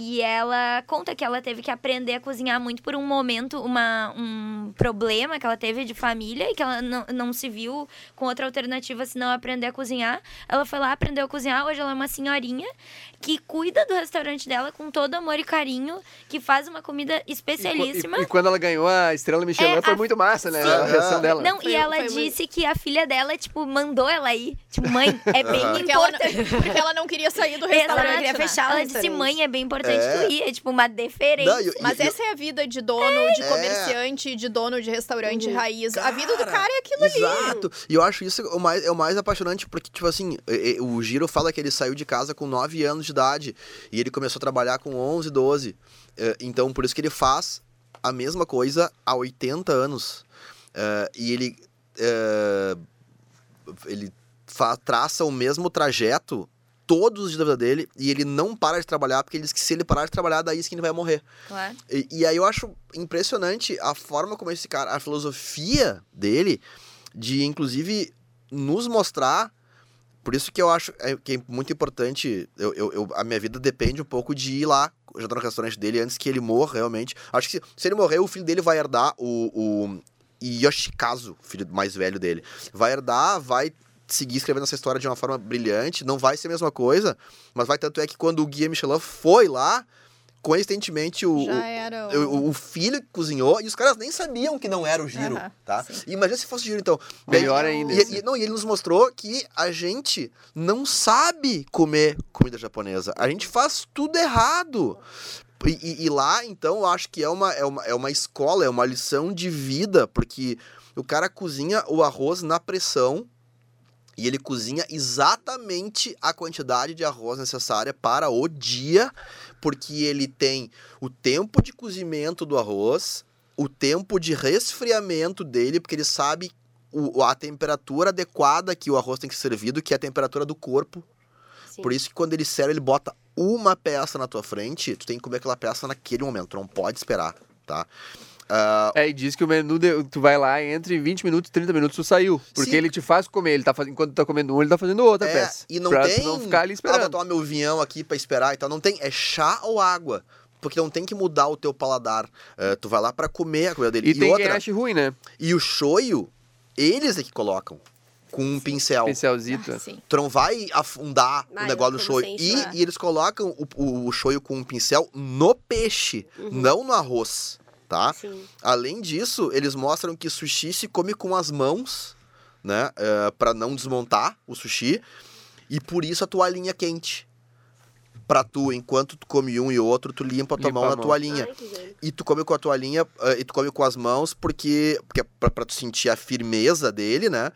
E ela conta que ela teve que aprender a cozinhar muito por um momento, uma, um problema que ela teve de família e que ela não, não se viu com outra alternativa senão aprender a cozinhar. Ela foi lá, aprendeu a cozinhar, hoje ela é uma senhorinha que cuida do restaurante dela com todo amor e carinho, que faz uma comida E qu- especialíssima. E, e quando ela ganhou a estrela Michelin É, foi a- muito massa, né? Sim. A reação dela. Não, Foi- e ela foi muito- disse que a filha dela, tipo, mandou ela ir. Tipo, mãe, é bem Porque ela, importante. porque ela não queria sair do Ela restaurante. não queria né? fechar. Ela o disse, restaurante. mãe, é bem importante É. tu ir. É tipo uma deferência. Não, e- e- Mas e- essa é a vida de dono, de É. Uhum. comerciante, de dono de restaurante raiz. a vida do Cara, cara é aquilo ali. Exato. E eu acho isso o mais, é o mais apaixonante, porque, tipo assim, e- e- o Giro fala que ele saiu de casa com 9 anos de idade. E ele começou a trabalhar com 11, 12. É, Então, por isso que ele faz a mesma coisa há 80 anos. É, E ele... é, Ele fa- traça o mesmo trajeto todos os dias da vida dele e ele não para de trabalhar porque ele diz que se ele parar de trabalhar daí sim ele vai morrer Claro. e, e aí eu acho impressionante a forma como esse cara, a filosofia dele, de inclusive nos mostrar. Por isso que eu acho é, que é muito importante. Eu, eu- eu- a minha vida depende um pouco de ir lá, já tô no restaurante dele antes que ele morra, realmente. Acho que se, se ele morrer, o filho dele vai herdar o, o Yoshikazu, filho mais velho dele. Vai herdar, vai seguir escrevendo essa história de uma forma brilhante. Não vai ser a mesma coisa, mas vai tanto é que quando o Guia Michelin foi lá, coincidentemente o, Já o- era. um- eu- O, o filho que cozinhou e os caras nem sabiam que não era o giro, Aham, tá? sim. E Imagina se fosse o giro, então. Melhor E- ainda. assim. E, e- não, e ele nos mostrou que a gente não sabe comer comida japonesa. A gente faz tudo errado. E, e- e lá, então, eu acho que é uma, é, uma, é uma escola, é uma lição de vida, porque o cara cozinha o arroz na pressão e ele cozinha exatamente a quantidade de arroz necessária para o dia, porque ele tem o tempo de cozimento do arroz, o tempo de resfriamento dele, porque ele sabe o- a temperatura adequada que o arroz tem que ser servido, que é a temperatura do corpo. Sim. Por isso que quando ele serve, ele bota uma peça na tua frente, tu tem que comer aquela peça naquele momento, tu não pode esperar, tá? Ah, É, e diz que o menu, de- tu vai lá, entra em 20 minutos, 30 minutos, tu saiu. Porque Sim. ele te faz comer, ele tá fazendo, enquanto tu tá comendo um, ele tá fazendo outra é, peça. e não pra tem. tu não ficar ali Ah, vou esperando. tomar meu vinhão aqui pra esperar e tal. Não tem. É chá ou água. Porque não tem que mudar o teu paladar. É, tu vai lá pra comer a comida dele. E, E, tem quem outra. acha ruim, né? E o shoyu, eles é que colocam. Com um pincel. Pincelzito. Ah, sim. Tu não vai afundar Ah, o eu negócio do como shoyu. sem E, enxugar. e eles colocam o, o, o shoyu com um pincel no peixe, não no arroz, tá? Sim. Além disso, eles mostram que sushi se come com as mãos, né? eh, pra não desmontar o sushi. E por isso a toalhinha quente. Pra tu, enquanto tu come um e outro, tu limpa a tua Limpa mão a na mão. toalhinha. Ai, que gênio. E tu come com a toalhinha, eh, e tu come com as mãos, porque. porque é pra, pra tu sentir a firmeza dele, né?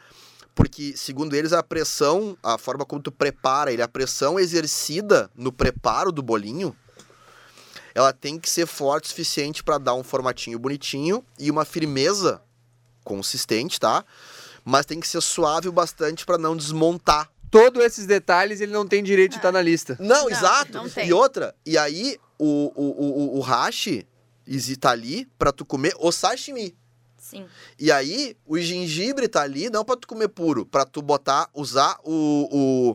Porque, segundo eles, a pressão, a forma como tu prepara ele, a pressão exercida no preparo do bolinho ela tem que ser forte o suficiente para dar um formatinho bonitinho e uma firmeza consistente, tá? Mas tem que ser suave o bastante para não desmontar Todos esses detalhes ele não tem direito de estar na lista. Não, Não, exato. não tem. E outra, e aí o, o, o, o, o hashi isi- tá ali pra tu comer o sashimi. Sim. E aí o gengibre tá ali não pra tu comer puro, pra tu botar, usar o,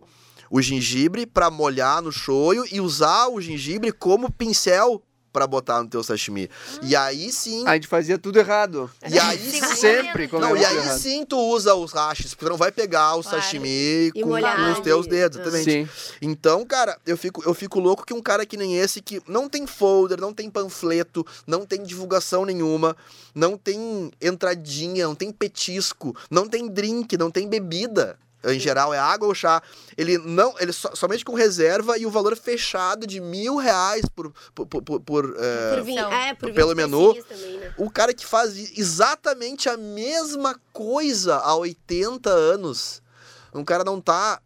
o, o gengibre pra molhar no shoyu e usar o gengibre como pincel pra botar no teu sashimi. E aí sim, A gente fazia tudo errado. e aí Segura sim, Sempre Não, quando não, e aí errado. sim tu usa os hashis, porque tu não vai pegar o Claro. sashimi E com, molhar com os teus ali. dedos, Ah. exatamente. Sim. Então, cara, eu fico, eu fico louco que um cara que nem esse, que não tem folder, não tem panfleto, não tem divulgação nenhuma, não tem entradinha, não tem petisco, não tem drink, não tem bebida. Em geral, é água ou chá. Ele não. Ele so- somente com reserva e o valor fechado de mil reais por. por, por- por- por, Então, eh, Por vinho. É, por vinho Pelo de menu. pecinhas também, né? o cara que faz exatamente a mesma coisa há 80 anos, um cara não tá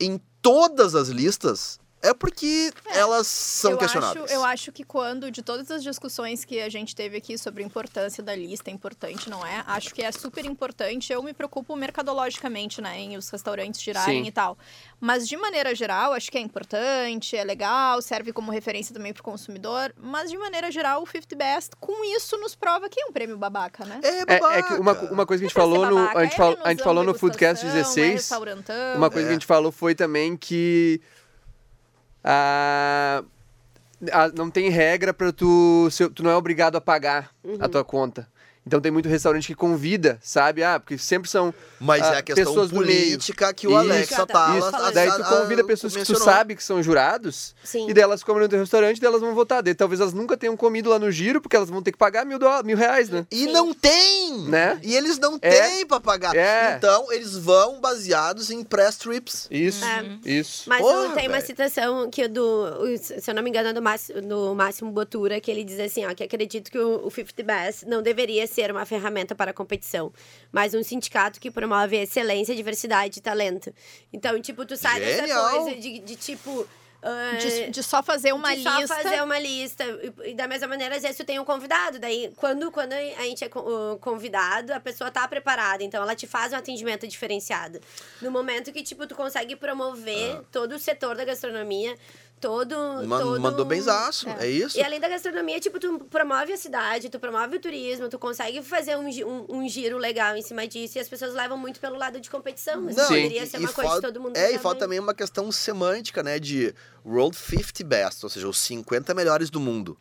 em todas as listas, é porque elas são eu questionáveis. Acho, eu acho que quando, de todas as discussões que a gente teve aqui sobre a importância da lista, é importante, não é? Acho que é super importante. Eu me preocupo mercadologicamente, né? Em os restaurantes girarem Sim. e tal. Mas, de maneira geral, acho que é importante, é legal, serve como referência também pro consumidor. Mas, de maneira geral, o 50 Best, com isso, nos prova que é um prêmio babaca, né? É, É, babaca. é que uma, uma coisa que a gente falou no. A é gente, fal- a gente falou no Foodcast 16. Uma coisa que a gente falou foi também que. ah, ah, não tem regra pra tu. se- tu não é obrigado a pagar a tua conta. Então tem muito restaurante que convida, sabe? Ah, porque sempre são. Mas é ah, a questão pessoas do meio. política que o Isso, Alex tá. Isso, a- daí a- tu a- convida pessoas que tu ah, mencionou. sabe que são jurados Sim. e delas comem no teu restaurante e delas vão votar. Daí talvez elas nunca tenham comido lá no giro, porque elas vão ter que pagar mil, dola- mil reais, né? E não tem! Né? E eles não É. têm pra pagar. É. Então, eles vão baseados em press trips. Isso, É. isso. Mas Porra, não tem uma velho. citação que é do, o- se eu não me engano, é do Máximo, do Máximo Botura, que ele diz assim, ó, que acredito que o, o 50 Best não deveria ser uma ferramenta para competição, mas um sindicato que promove excelência, diversidade e talento. Então, tipo, tu sai dessa Genial. coisa de, de, tipo... ah, é De, de só fazer uma de lista. só fazer uma lista. E- E da mesma maneira, às vezes, tu tem um convidado. Daí, quando, quando a gente é co- uh, convidado, a pessoa tá preparada. Então, ela te faz um atendimento diferenciado. No momento que, tipo, tu consegue promover todo o setor da gastronomia, todo... Ah. Man- todo... um Mandou benzaço, é, isso? E além da gastronomia, tipo, tu promove a cidade, tu promove o turismo, tu consegue fazer um, gi- um- um giro legal em cima disso. E as pessoas levam muito pelo lado de competição. Isso Não, Sim. deveria ser uma coisa falta- de todo mundo né? É, e levar falta bem. também uma questão semântica, né? De World 50 Best, ou seja, os 50 melhores do mundo.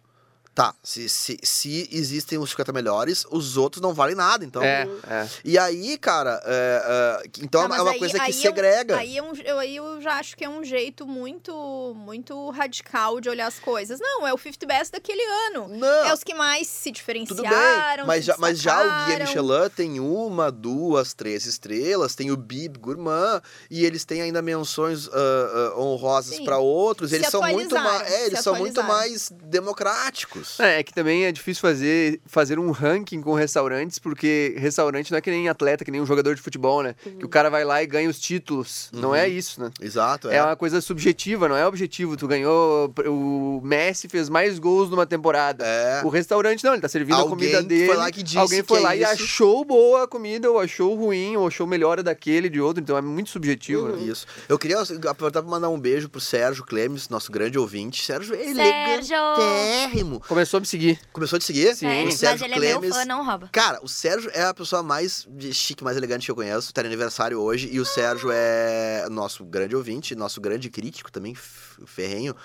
Tá, se, se, se existem os 50 melhores, os outros não valem nada, então... é, é. E aí, cara, é, é, que- então Ah, é uma- mas é uma aí- coisa que aí é um- segrega. Aí, é um- eu, aí eu já acho que é um jeito muito muito radical de olhar as coisas. Não, é o 50 Best daquele ano. Não, É os que mais se tudo diferenciaram. bem, mas se já, mas já o Guia destacaram. Michelin tem uma, duas, três estrelas, tem o Bib Gourmand, e eles têm ainda menções ah, ah, honrosas Sim. para outros, Se eles são muito atualizaram, mais, é, se eles são muito atualizaram. mais democráticos. É, é que também é difícil fazer, fazer um ranking com restaurantes, porque restaurante não é que nem atleta, que nem um jogador de futebol, né? Que o cara vai lá e ganha os títulos. Não Uhum. é isso, né? Exato, É. uma coisa subjetiva, não é objetivo. Tu ganhou, o Messi fez mais gols numa temporada. É. O restaurante não, ele tá servindo a Alguém comida dele. foi lá que disse alguém foi que é lá e isso. achou boa a comida, ou achou ruim, ou achou melhor a daquele, de outro. Então é muito subjetivo, né? Uhum. Isso. Eu queria aproveitar pra mandar um beijo pro Sérgio Clemes, nosso grande ouvinte. Sérgio é Sérgio! elegantérrimo. Começou a me seguir. Começou a te seguir? Sim. Sério, O mas Sérgio ele é meu Clemes. fã, não rouba. Cara, o Sérgio é a pessoa mais de chique, mais elegante que eu conheço. Tá de aniversário hoje. E o Sérgio é nosso grande ouvinte, nosso grande crítico também, f- ferrenho.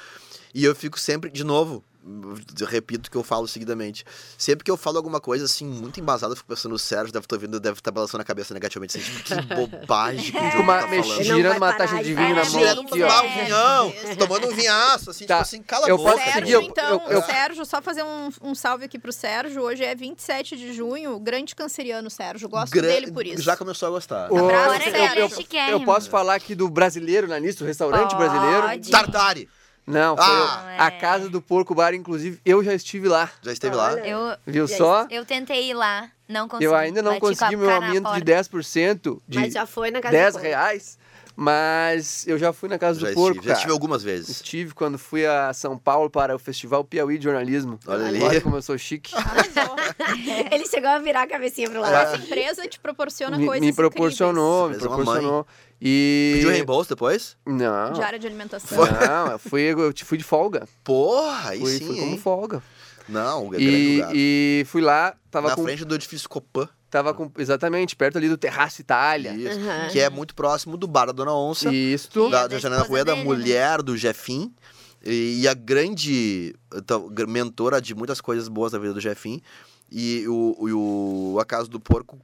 E eu fico sempre, de novo, eu repito o que eu falo seguidamente. Sempre que eu falo alguma coisa assim, muito embasada, eu fico pensando, o Sérgio deve estar ouvindo, deve estar balançando a cabeça negativamente. Assim, tipo, que bobagem que o Tipo, Diogo uma, tá mex- falando. Ele não girando vai uma parar taxa de de vinho na falar mão disso. aqui, Direto tomar ó. um É. vinhão, tomando um vinhaço, assim, Tá. tipo assim, cala Eu a boca. posso Sérgio, seguir? Eu- então, eu- eu- Sérgio, só fazer um, um salve aqui pro Sérgio. Hoje é 27 de junho, grande canceriano Sérgio. Gosto Gran- dele por isso. Já começou a gostar. Ô, Agora eu- ele é eu- eu, chiquérrimo. posso falar aqui do brasileiro na lista, do restaurante Pode. é. brasileiro? Tartare, Não, foi Ah. a Casa do Porco Bar, inclusive, eu já estive lá, já esteve lá. Olha. Eu, viu Já só? eu tentei ir lá, não consegui. Eu ainda não Bati com a consegui meu cara na é aumento de porta. 10% de Mas já foi na casa do 10 povo. reais, Mas eu já fui na Casa Já do estive, Porco, já cara. estive algumas vezes. Estive quando fui a São Paulo para o Festival Piauí de Jornalismo. Olha ali. como eu sou chique. Arrasou. Ele chegou a virar a cabecinha É. pro lado. Essa empresa te proporciona me, coisas me proporcionou, me incríveis. Fez uma proporcionou. E. Pediu um reembolso depois? Não. incríveis. De área de alimentação. Não, eu fui, eu te- fui de folga. Porra, aí fui, sim, fui hein? como folga. Não, é grande E, lugar. e fui lá, tava Na com, frente do edifício Copan, tava com. Exatamente, perto ali do Terraço Itália. isso, Aham. que é muito próximo do Bar da Dona Onça, Isto. da, Da da Janela Coelho, esposa da dele, né? mulher do Jefim. E, e a grande então, gr- mentora de muitas coisas boas da vida do Jefim. E o, e o A Casa do Porco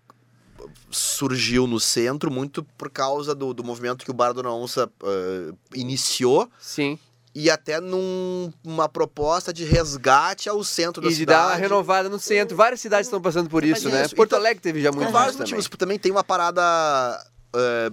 surgiu no centro muito por causa do, do movimento que o Bar da Dona Onça eh, iniciou. Sim. e até numa proposta de resgate ao centro da E de cidade. dar uma renovada no centro. Várias cidades estão passando por isso, fazendo né? isso. Porto Então, Alegre teve já Por muito isso vários também. motivos. Também. tem uma parada eh,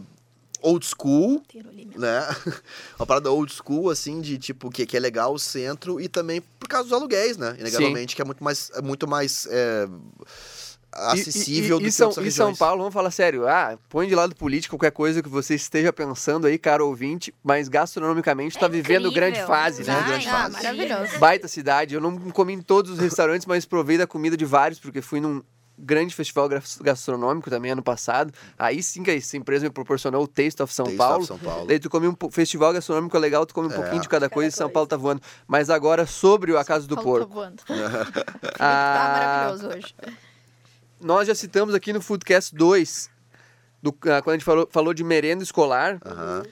old school, Inteiro ali mesmo. né? Uma parada old school, assim, de tipo, que, que é legal o centro e também por causa dos aluguéis, né? Inegavelmente, que é muito mais, é muito mais eh, E- e- acessível e, do e que São, outras e São regiões. Paulo, vamos falar sério. Ah, põe de lado político qualquer coisa que você esteja pensando aí, cara ouvinte, mas gastronomicamente tá vivendo grande fase, né? Vai, Ah, Grande fase. maravilhoso. Baita cidade. Eu não comi em todos os restaurantes, mas provei da comida de vários, porque fui num grande festival gas- gastronômico também ano passado. Aí sim que essa empresa me proporcionou o Taste of São Tem Paulo. São Paulo. Daí tu come um po- festival gastronômico é legal, tu come um É. pouquinho de cada Cada coisa e São coisa. Paulo tá voando. Mas agora sobre o A Casa do Porco. Paulo Tá voando. Tá Ah, maravilhoso hoje. nós já citamos aqui no Foodcast 2, do- ah, quando a gente falou, falou de merenda escolar, Aham.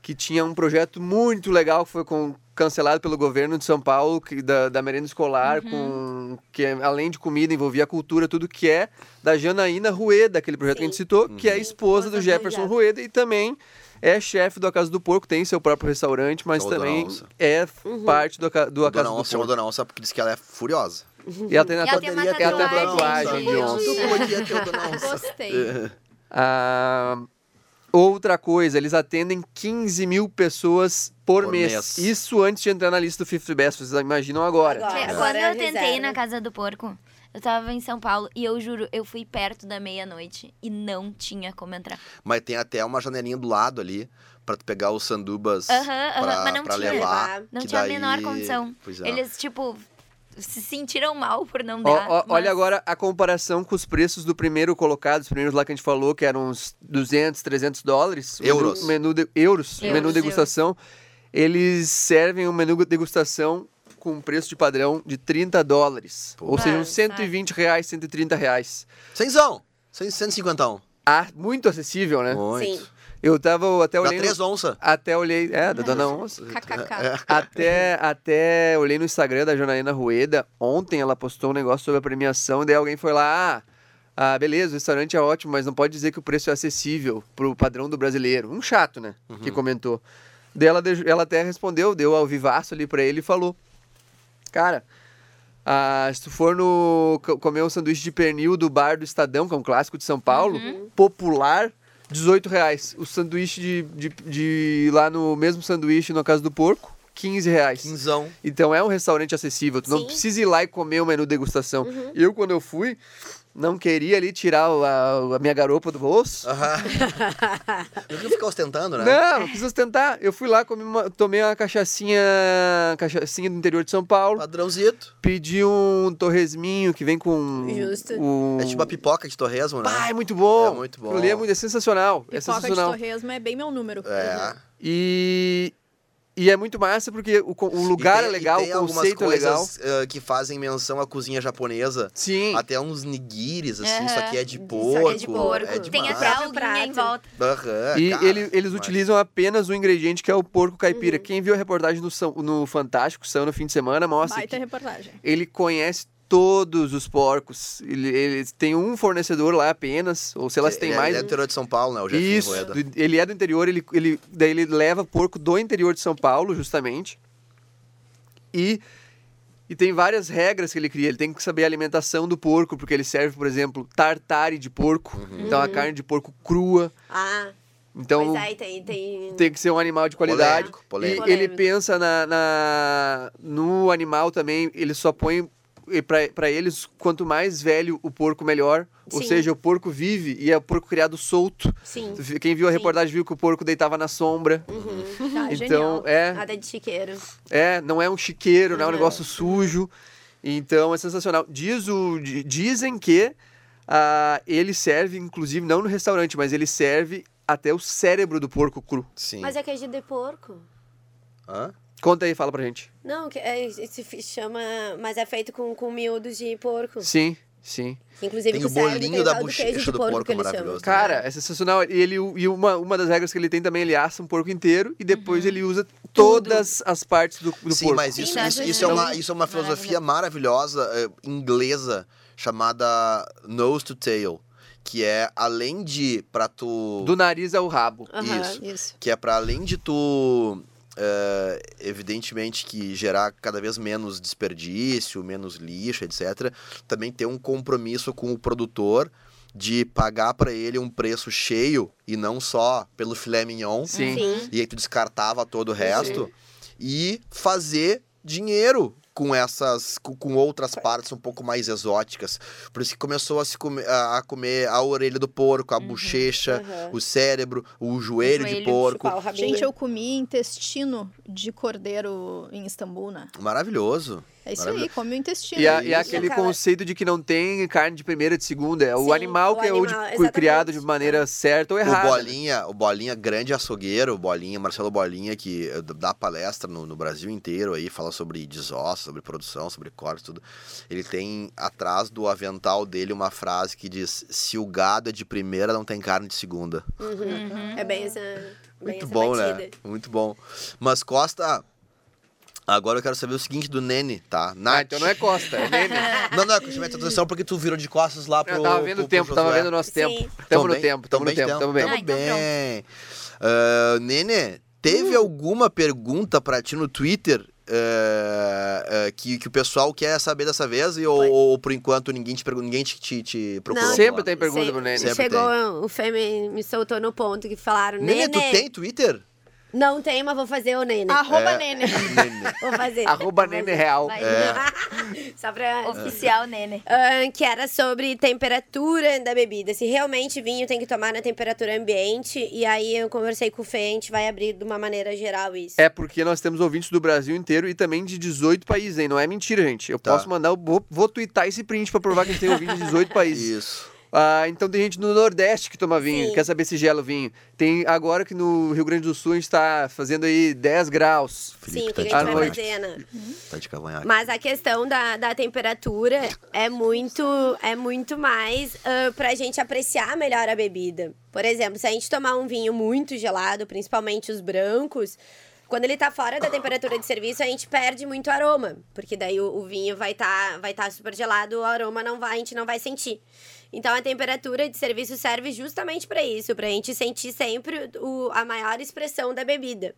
que tinha um projeto muito legal que foi com- cancelado pelo governo de São Paulo, que, da, da merenda escolar, com, que é, além de comida envolvia cultura, tudo que é, da Janaína Rueda, aquele projeto que a gente citou, que é a esposa do Esposa do Jefferson Jeff. Rueda e também é chefe do A Casa do Porco, tem seu próprio restaurante, mas Ou Dona também Onça. é parte do, Aca- do A Casa Dona do Onça chama Porco. Dona Onça porque diz que ela é furiosa. E ela tem, na E ela ta- tem uma ela tem até tatuagem tatuagem de de onça. Tu podia é ter o Dona Onça. Gostei. É. Ah, outra coisa, eles atendem 15 mil pessoas por, Por mês. mês. Isso antes de entrar na lista do 50 Best, vocês imaginam agora. Agora. Quando Agora eu é tentei reserva. na Casa do Porco, eu tava em São Paulo e eu juro, eu fui perto da meia-noite e não tinha como entrar. Mas tem até uma janelinha do lado ali pra tu pegar os sandubas Aham, aham, pra, mas não pra tinha. levar. Não que tinha a daí- menor condição. Pois é. Eles, tipo, se sentiram mal por não Ó, dar. ó, Né, mas- Olha agora a comparação com os preços do primeiro colocado, os primeiros lá que a gente falou, que eram uns 200, 300 dólares. O Euros. Menu, menu de- euros, Euros, menu euros. degustação. Eles servem um menu degustação com um preço de padrão de 30 dólares. Pô. Ou seja, Ah, uns 120 reais, 130 reais. Cenzão! 151. Ah, muito acessível, né? Muito. Sim. Eu tava até Dá olhando... três onças. Até olhei. É, da Dona Onça. É, KKK. Até, até olhei no Instagram da Janaína Rueda. Ontem ela postou um negócio sobre a premiação. Daí alguém foi lá. Ah, ah, beleza, o restaurante é ótimo, mas não pode dizer que o preço é acessível pro padrão do brasileiro. Um chato, né? Que comentou. Daí ela, dej- ela até respondeu, deu ao vivaço ali pra ele e falou: Cara, ah, se tu for no co- comer um sanduíche de pernil do bar do Estadão, que é um clássico de São Paulo, popular, 18 reais. O sanduíche de, de, de lá no mesmo sanduíche na Casa do Porco, 15 reais. Quinzão. Então é um restaurante acessível, tu não Sim. precisa ir lá e comer o menu degustação. Eu, quando eu fui, não queria ali tirar o- a, a minha garopa do bolso. Aham. Eu não ficar ostentando, né? Não, não precisa tentar. Eu fui lá, comi uma- tomei uma cachaçinha, cachaçinha do interior de São Paulo, Padrãozito. pedi um torresminho que vem com Justo. o... É tipo a pipoca de torresmo, né? Pá, é muito bom. É muito bom. Aquilo ali é, muito- é sensacional. é Pipoca de sensacional. torresmo é bem meu número. uhum. Uhum. É. E, e é muito massa porque o, co- o E lugar tem- é legal, e tem o algumas conceito é legal. coisas, eh, que fazem menção à cozinha japonesa. Sim. Até uns nigiris, assim, Aham. só que é de porco. Só que é de porco. É Tem demais. até a- alguém em Prato. volta. Aham, E cara, ele- eles demais. utilizam apenas um ingrediente que é o porco caipira. Quem viu a reportagem no, São- no Fantástico São no fim de semana mostra Baita que reportagem. ele conhece todos os porcos. Ele, ele tem um fornecedor lá apenas, ou sei lá se tem Ele é- mais. Ele é do interior de São Paulo, né? O Jefinho Isso, Rueda. do- ele é do interior, ele, ele, daí ele leva porco do interior de São Paulo, justamente. E, e tem várias regras que ele cria. Ele tem que saber a alimentação do porco, porque ele serve, por exemplo, tartare de porco. Uhum. Então a carne de porco crua. Ah, Então mas aí tem... tem... tem que ser um animal de qualidade. Polêmico, polêmico. E ele Polêmico. pensa na, na- no animal também, ele só põe e pra, pra eles, quanto mais velho o porco, melhor. Ou Sim. seja, o porco vive e é o porco criado solto. Sim. Vi- Quem viu a Sim. reportagem viu que o porco deitava na sombra. Tá, então, genial. é, Nada de chiqueiro. é, não é um chiqueiro, não é um Uhum. negócio sujo. Então é sensacional. Diz o, di- dizem que ah, ele serve, inclusive, não no restaurante, mas ele serve até o cérebro do porco cru. Sim. Mas é queijo de porco. Hã? Conta aí, fala pra gente. Não, que é, se f- chama. Mas é feito com, com miúdos de porco. Sim, sim. Inclusive, Tem o que serve, bolinho tem o da tal do queijo bochecha de do porco, porco, que eles maravilhoso. chamam. Cara, é sensacional. E, ele, e uma, uma das regras que ele tem também, ele assa um porco inteiro e Uhum. depois ele usa todas as partes do, do Sim, porco. mas Sim, isso, tá, isso, gente. isso é uma, isso é uma filosofia maravilhosa eh, inglesa chamada nose to tail, que é além de pra tu Do nariz ao rabo. Aham. Isso. Isso. que é para além de tu eh, evidentemente que gerar cada vez menos desperdício, menos lixo, etc. Também ter um compromisso com o produtor de pagar para ele um preço cheio e não só pelo filé mignon. Sim. Sim. E aí tu descartava todo o resto e fazer dinheiro com essas com, com outras partes um pouco mais exóticas. Por isso que começou a se come- a, a comer a orelha do porco, a bochecha, Aham. Uhum. É, o cérebro, o joelho, de joelho, porco. Chupar o Tá rabinho. Gente, eu comi intestino de cordeiro em Istambul, né? Maravilhoso. É isso aí, Maravilhoso. come o intestino. E, a- e Isso. aquele Cara- conceito de que não tem carne de primeira e de segunda. É o Sim, animal o que é o animal, de- cu- criado de exatamente. Ah. maneira certa ou O errada. Bolinha, o Bolinha, grande açougueiro, o Bolinha, Marcelo Bolinha, que eh, dá palestra no, no Brasil inteiro aí, fala sobre desosso, sobre produção, sobre corte, tudo. Ele tem atrás do avental dele uma frase que diz: se o gado é de primeira, não tem carne de segunda. Uhum. É bem essa. bem Muito essa bom, batida. né? Muito bom. Mas Costa, agora eu quero saber o seguinte do Nene, tá? Nath. Ah, então não é Costa, é meme. Não, não, é que eu chamei a tua atenção porque tu virou de costas lá pro. Eu tava vendo o pro- pro tempo, tava Josué. vendo o nosso Sim. tempo. Tamo no bem, tempo, tamo no bem, tempo, tamo bem. Ah, então bem. Ah, Nene, teve Hum. alguma pergunta pra ti no Twitter ah, ah, que, que o pessoal quer saber dessa vez? E, ou, ou por enquanto ninguém te, pergun- ninguém te, te, te procurou? Não. por Sempre lá? tem pergunta pro Nene. Sempre Chegou, o Femi me soltou no ponto que falaram. Nene, Nene, tu tem Twitter? Não tem, mas vou fazer o Nene. Arroba É. Nene. Nene. Vou fazer. Arroba Nene Real. Vai, É. Só pra. Oficial, Nene. Ahn, que era sobre temperatura da bebida. Se realmente vinho tem que tomar na temperatura ambiente. E aí eu conversei com o Fê, a gente vai abrir de uma maneira geral isso. É porque nós temos ouvintes do Brasil inteiro e também de 18 países, hein? Não é mentira, gente. Eu Tá. posso mandar, eu vou, vou twittar esse print pra provar que a gente tem ouvinte de 18 países. Isso. Ah, então tem gente no Nordeste que toma vinho, Sim. quer saber se gela o vinho. Tem agora que no Rio Grande do Sul a gente tá fazendo aí 10 graus. Sim, Felipe o que a gente à tá vai de noite. cavanhaque. fazer, né? Tá de cavanhaque. Mas a questão da, da temperatura é muito, é muito mais ah, pra gente apreciar melhor a bebida. Por exemplo, se a gente tomar um vinho muito gelado, principalmente os brancos, quando ele tá fora da temperatura de serviço, a gente perde muito aroma. Porque daí o, o vinho vai estar vai tá super gelado, o aroma não vai, a gente não vai sentir. Então a temperatura de serviço serve justamente pra isso, pra gente sentir sempre o, a maior expressão da bebida.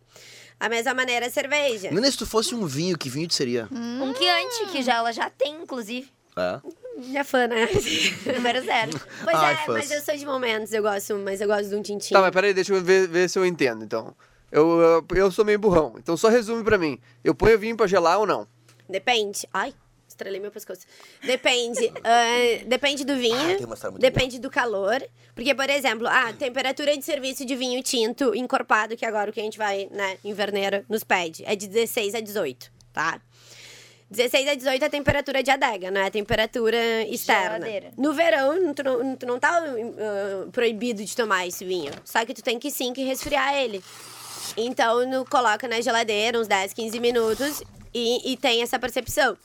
A mesma maneira a cerveja. Nene, se tu fosse um vinho, que vinho tu seria? Hum. Um quiante, que já, ela já tem, inclusive. É. Minha fã, né? Número zero. Pois Ai, é, fãs. mas eu sou de momentos, eu gosto, mas eu gosto de um tintinho. Tá, mas peraí, deixa eu ver, ver se eu entendo, então. Eu, eu, eu sou meio burrão, então só resume pra mim. Eu ponho vinho pra gelar ou não? Depende. Ai, estrelei meu pescoço. Depende. ah, depende do vinho. Ah, tem uma história muito depende do calor. Porque, por exemplo, a temperatura de serviço de vinho tinto encorpado, que agora o que a gente vai, né, inverneira, nos pede, é de 16 a 18, tá? 16 a 18 é a temperatura de adega, não é a temperatura externa. Geladeira. No verão, tu não, tu não tá ah, proibido de tomar esse vinho. Só que tu tem que sim que resfriar ele. Então, no, coloca na geladeira uns 10, 15 minutos e, e tem essa percepção.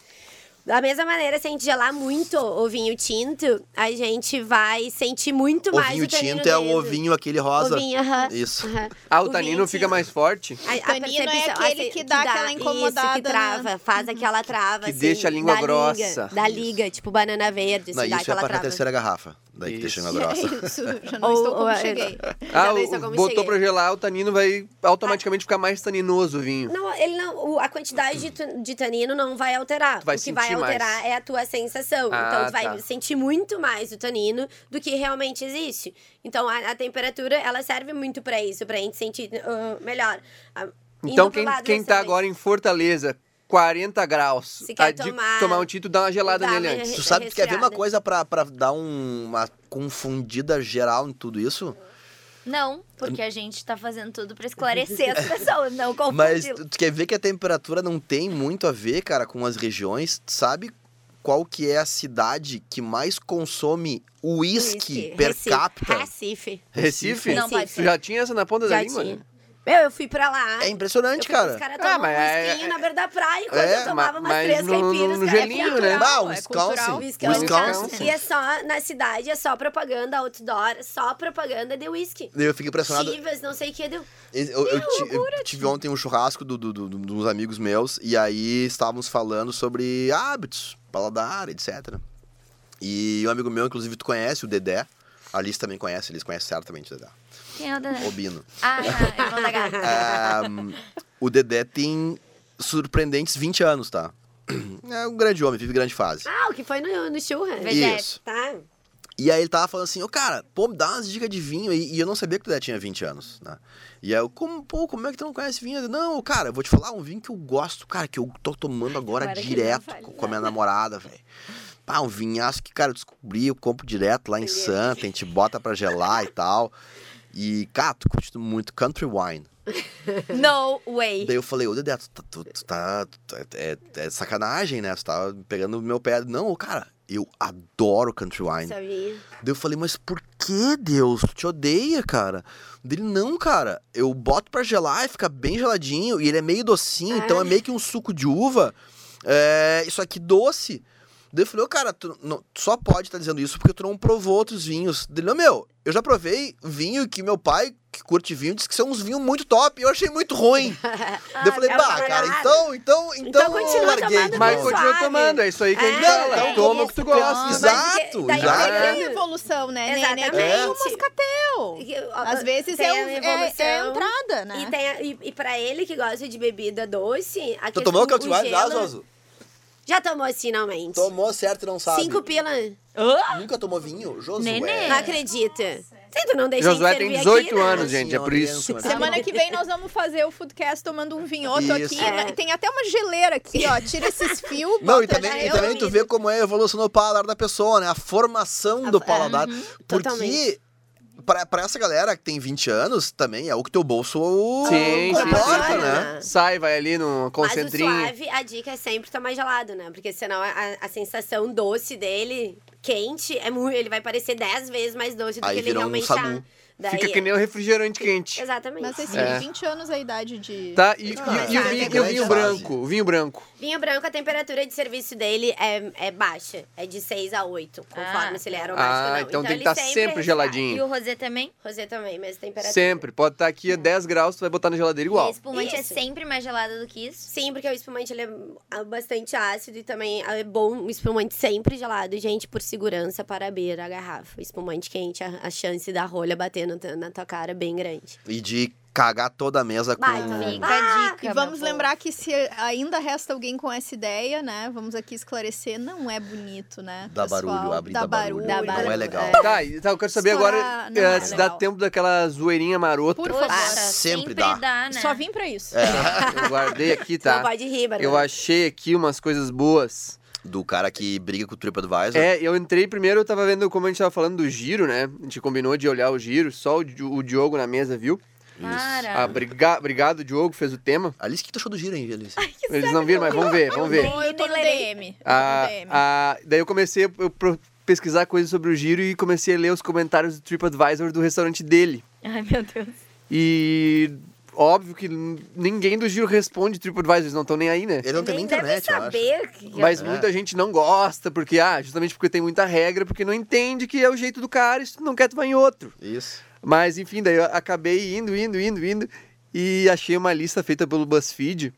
Da mesma maneira, se a gente gelar muito o vinho tinto, a gente vai sentir muito O mais vinho o tanino tinto é o dele. ovinho aquele rosa. Ovinho, né? aham. Isso. aham. Ah, o, vinho tanino fica tinto. mais forte? A, a Tanino é percepção, aquele assim, que dá aquela Isso, incomodada, que né? Uhum. trava, faz aquela trava. Que assim, deixa a língua da grossa. Liga, da liga, tipo banana verde, Não, assim, isso dá é aquela pra trava. terceira garrafa. Daí que deixa a língua grossa. é Isso, já não Ou- estou ou como é- cheguei. Ah, Ainda bem, só como botou cheguei. pra gelar, o tanino vai automaticamente ficar mais taninoso o vinho. Não, ele não, o- a quantidade de, tu- de tanino não vai alterar. Tu vai o que vai sentir mais. alterar é a tua sensação. Ah, então, tu vai tá. sentir muito mais o tanino do que realmente existe. Então, a, a temperatura, ela serve muito pra isso, pra gente sentir ah, melhor. Ah, indo Então, pro quem, lado da quem tá cerveja. agora em Fortaleza, 40 graus. Se tá quer de tomar- tomar um tinto, dá uma gelada Dá, nele mas- antes. Tu sabe que quer ver uma É Resfriada. coisa pra, pra dar um- uma confundida geral em tudo isso? Não, porque a gente tá fazendo tudo pra esclarecer as pessoas, não Mas confundi. tu tu quer ver que a temperatura não tem muito a ver, cara, com as regiões? Tu sabe qual que é a cidade que mais consome uísque Whisky. per Recife. capita? Recife. Recife? Não pode Tu ser. já tinha essa na ponta da Já língua? né? tinha. Meu, eu fui pra lá. É impressionante, Eu fui com cara. Os caras Ah, tomam mas um é- esquinho na beira da praia e quando É, eu tomava ma- umas três mas no- no- caipiras, no cara, gelinho, é né? Ah, o é Wisconsin. cultural. Whisky, Wisconsin. Wisconsin. E é só, na cidade, é só propaganda outdoor, é só propaganda de whisky. Eu fico impressionado. Chivas, não sei o que, deu. Esse- Eu, eu ti- eu tive ontem um churrasco do, do, do- do- dos amigos meus e aí estávamos falando sobre hábitos, paladar, etc. E um amigo meu, inclusive, tu conhece, o Dedé. A Alice também conhece, eles conhecem certamente o Dedé. Quem é o da... Obino. Ah, irmão da gata. Ahn, o Dedé tem surpreendentes 20 anos, tá? É um grande homem, vive grande fase. Ah, o que foi no, no churras. Vedete. Isso. Tá. E aí ele tava falando assim, ô cara, pô, me dá umas dicas de vinho. aí. E, eu não sabia que o Dedé tinha 20 anos, né? E aí eu, como, pô, como é que tu não conhece vinho? Ele, não, cara, eu vou te falar um vinho que eu gosto, cara, que eu tô tomando agora Agora que ele direto não fala com a minha namorada, velho. Pá, um vinhaço que, cara, eu descobri, eu compro direto lá em Santa, a gente bota pra gelar e tal. E, cara, tu curte muito country wine. No way. Daí eu falei, ô Dedé, tu, tá- tu- tu tá. tu é- é, é sacanagem, né? Tu tá pegando o meu pé. Não, ô, cara, eu adoro country wine. Sabia. Daí eu falei, mas por que, Deus? Tu te odeia, cara? Dele, não, cara. Eu boto pra gelar e fica bem geladinho. E ele é meio docinho, Ah. então é meio que um suco de uva. É, isso aqui doce. Daí eu falei, ô, cara, tu, não- tu só pode estar dizendo isso porque tu não provou outros vinhos. Dele, não, meu, eu já provei vinho que meu pai, que curte vinho, disse que são uns vinhos muito top. E eu achei muito ruim. Daí eu falei, é bah, uma cara, parada. então, então, então, Então continua eu larguei. tomando Mas Não. Suave. continua tomando, é isso aí que a gente É, fala. é Toma o isso. que tu gosta. Toma. Exato, Mas é que- daí Mas exato. eu é uma evolução, né? Nem- nem- Exatamente. nem o moscatel. Às vezes Tem é, a um- é- evolução. é a entrada, né? E, tem a- e, e pra ele que gosta de bebida doce, a Tu tomou o questão- Country Wine já, gelo- Zozo? Já tomou finalmente. Tomou certo e não sabe. Cinco pila. Nunca tomou vinho? Josué. Nenê. Não acredita. Você tu não deixa Josué ele tem servir 18 aqui, né? anos, gente, é por isso. Senhora, Semana que vem nós vamos fazer o foodcast tomando um vinhoto Isso. aqui. É. Tem até uma geleira aqui, ó. Tira esses fios. Não, bota e também, e gelo. também tu vê como é a evolução do paladar da pessoa, né? A formação do é, paladar. Porque totalmente. pra, pra essa galera que tem 20 anos, também é o que teu bolso Sim, sim, comporta, sim. né? Sai, vai ali no Mas o concentrinho. suave, a dica é sempre tomar gelado, né? Porque senão a, a- a sensação doce dele, quente, é muito, ele vai parecer 10 vezes mais doce do Aí que ele vira um realmente sagu. tá. Daí Fica que nem um refrigerante quente. Exatamente. Mas assim, É. 20 anos é a idade de. Tá? E, e- Ah, e o tá. vinho, e o vinho Grande branco? fase. O vinho branco. Vinho branco, a temperatura de serviço dele é, é baixa. É de 6 a 8, conforme Ah, se ele é aromático ou Ah, não. então tem que ele estar sempre é E geladinho. o rosé também? gelado. Rosé também, mesma temperatura. Sempre. Pode estar aqui a 10 graus, tu vai botar na geladeira E a igual. espumante é Isso. sempre mais gelada do que isso? Sim, porque o espumante ele é bastante ácido e também é bom o espumante sempre gelado, gente, por segurança para abrir a garrafa. O espumante quente, a, a chance da rolha bater no teu- na tua cara é bem grande. E de cagar toda a mesa com. Vai, então Fica fica. a dica. Ah, E vamos meu povo. lembrar que se ainda resta alguém com essa ideia, né? Vamos aqui esclarecer, não é bonito, né? Dá pessoal? barulho, abre dá barulho. Dá Não é barulho, legal. é. Tá, e- tá, eu quero saber Estourar agora não eh, é se dá legal. tempo daquela zoeirinha marota. Por Poxa, favor. sempre sempre, dá. dá. né? Só vim pra isso. É. Eu guardei aqui, Tu Não tá? pode rir, Bárbara. Eu achei aqui umas coisas boas. Do cara que briga com o TripAdvisor. É, eu entrei primeiro, eu tava vendo como a gente tava falando do giro, né? A gente combinou de olhar o giro, só o, Di- o Diogo na mesa, viu? Para. Ah, briga- obrigado, Diogo, fez o tema. Alice, o que tu achou do giro, hein, Alice? Eles não viram, mas vamos ver, vamos ver. Bom, eu tô no Nem lerei. DM. eu tô no Ah, DM. ah, daí eu comecei a eu pro- pesquisar coisas sobre o giro e comecei a ler os comentários do TripAdvisor do restaurante dele. Ai, meu Deus. E óbvio que n- ninguém do giro responde TripAdvisor, eles não estão nem aí, né? Ele não tem nem internet, deve eu acho. saber que... Mas É. muita gente não gosta, porque, ah, justamente porque tem muita regra, porque não entende que é o jeito do cara, e se tu não quer, tu vai em outro. Isso. Mas enfim, daí eu acabei indo, indo, indo, indo e achei uma lista feita pelo BuzzFeed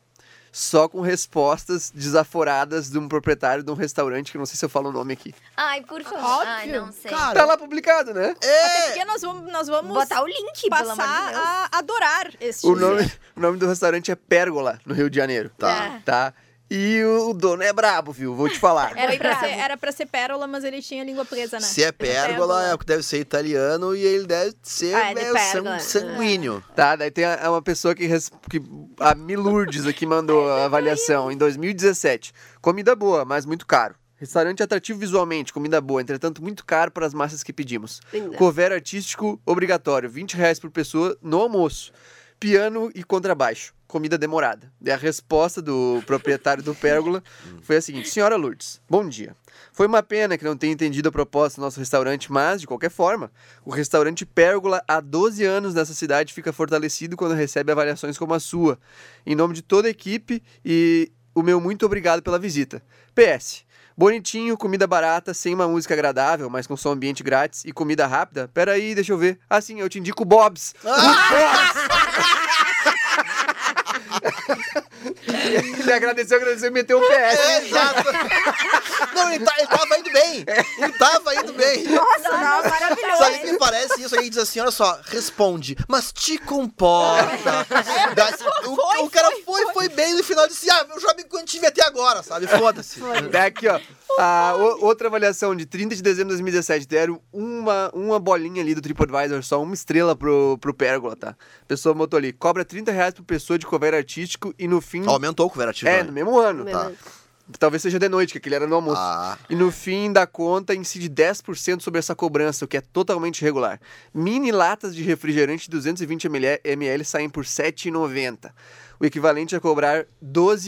só com respostas desaforadas de um proprietário de um restaurante que eu não sei se eu falo o nome aqui. Ai, por favor. Óbvio. Ai, não sei. Cara, Tá lá publicado, né? É Até porque nós vamos, nós vamos Botar o link, pelo amor de passar Deus. a adorar este O nome, o nome do restaurante é Pérgola, no Rio de Janeiro. Tá. Tá? E o dono é brabo, viu? Vou te falar. Era Foi pra, bravo. ser, era pra ser pérola, mas ele tinha a língua presa, né? Se é pérgola, é o que deve ser italiano e ele deve ser Ah, é de meio pérgola. san- sanguíneo. Tá, daí tem a- uma pessoa que, res- que a Milurdes aqui mandou a avaliação em 2017. Comida boa, mas muito caro. Restaurante atrativo visualmente, comida boa, entretanto muito caro para as massas que pedimos. Linda. Cover artístico obrigatório, 20 reais por pessoa no almoço. Piano e contrabaixo, comida demorada. E a resposta do proprietário do Pérgola foi a seguinte: Senhora Lourdes, bom dia. Foi uma pena que não tenha entendido a proposta do nosso restaurante, mas, de qualquer forma, o restaurante Pérgola há 12 anos nessa cidade fica fortalecido quando recebe avaliações como a sua. Em nome de toda a equipe e o meu muito obrigado pela visita. PS. Bonitinho, comida barata, sem uma música agradável, mas com som ambiente grátis e comida rápida. Peraí, deixa eu ver. Ah, sim, eu te indico o Bob's. Ele agradeceu, agradeceu e meteu um PS. É, exato. Não, ele, tá, ele tava indo bem. Ele tava indo bem. Nossa, não, maravilhoso. Sabe o que me parece isso? Aí diz assim, olha só, responde, mas te comporta. Da- o, o cara É, foi, foi, bem no final disse, ah, eu já me contive até agora, sabe? Foda-se. Daqui, ó. A o- outra avaliação de 30 de dezembro de 2017. Deram uma, uma bolinha ali do TripAdvisor, só uma estrela pro, pro Pérgola, tá? A pessoa botou ali, cobra 30 reais por pessoa de cover artístico e no fim... Aumentou o coverativo. é, né? no mesmo ano, Meu tá? Deus. Talvez seja de noite, que aquele era no almoço. Ah. E no fim da conta, incide 10% sobre essa cobrança, o que é totalmente irregular. Mini latas de refrigerante 220ml saem por R$ 7,90. O equivalente a cobrar R$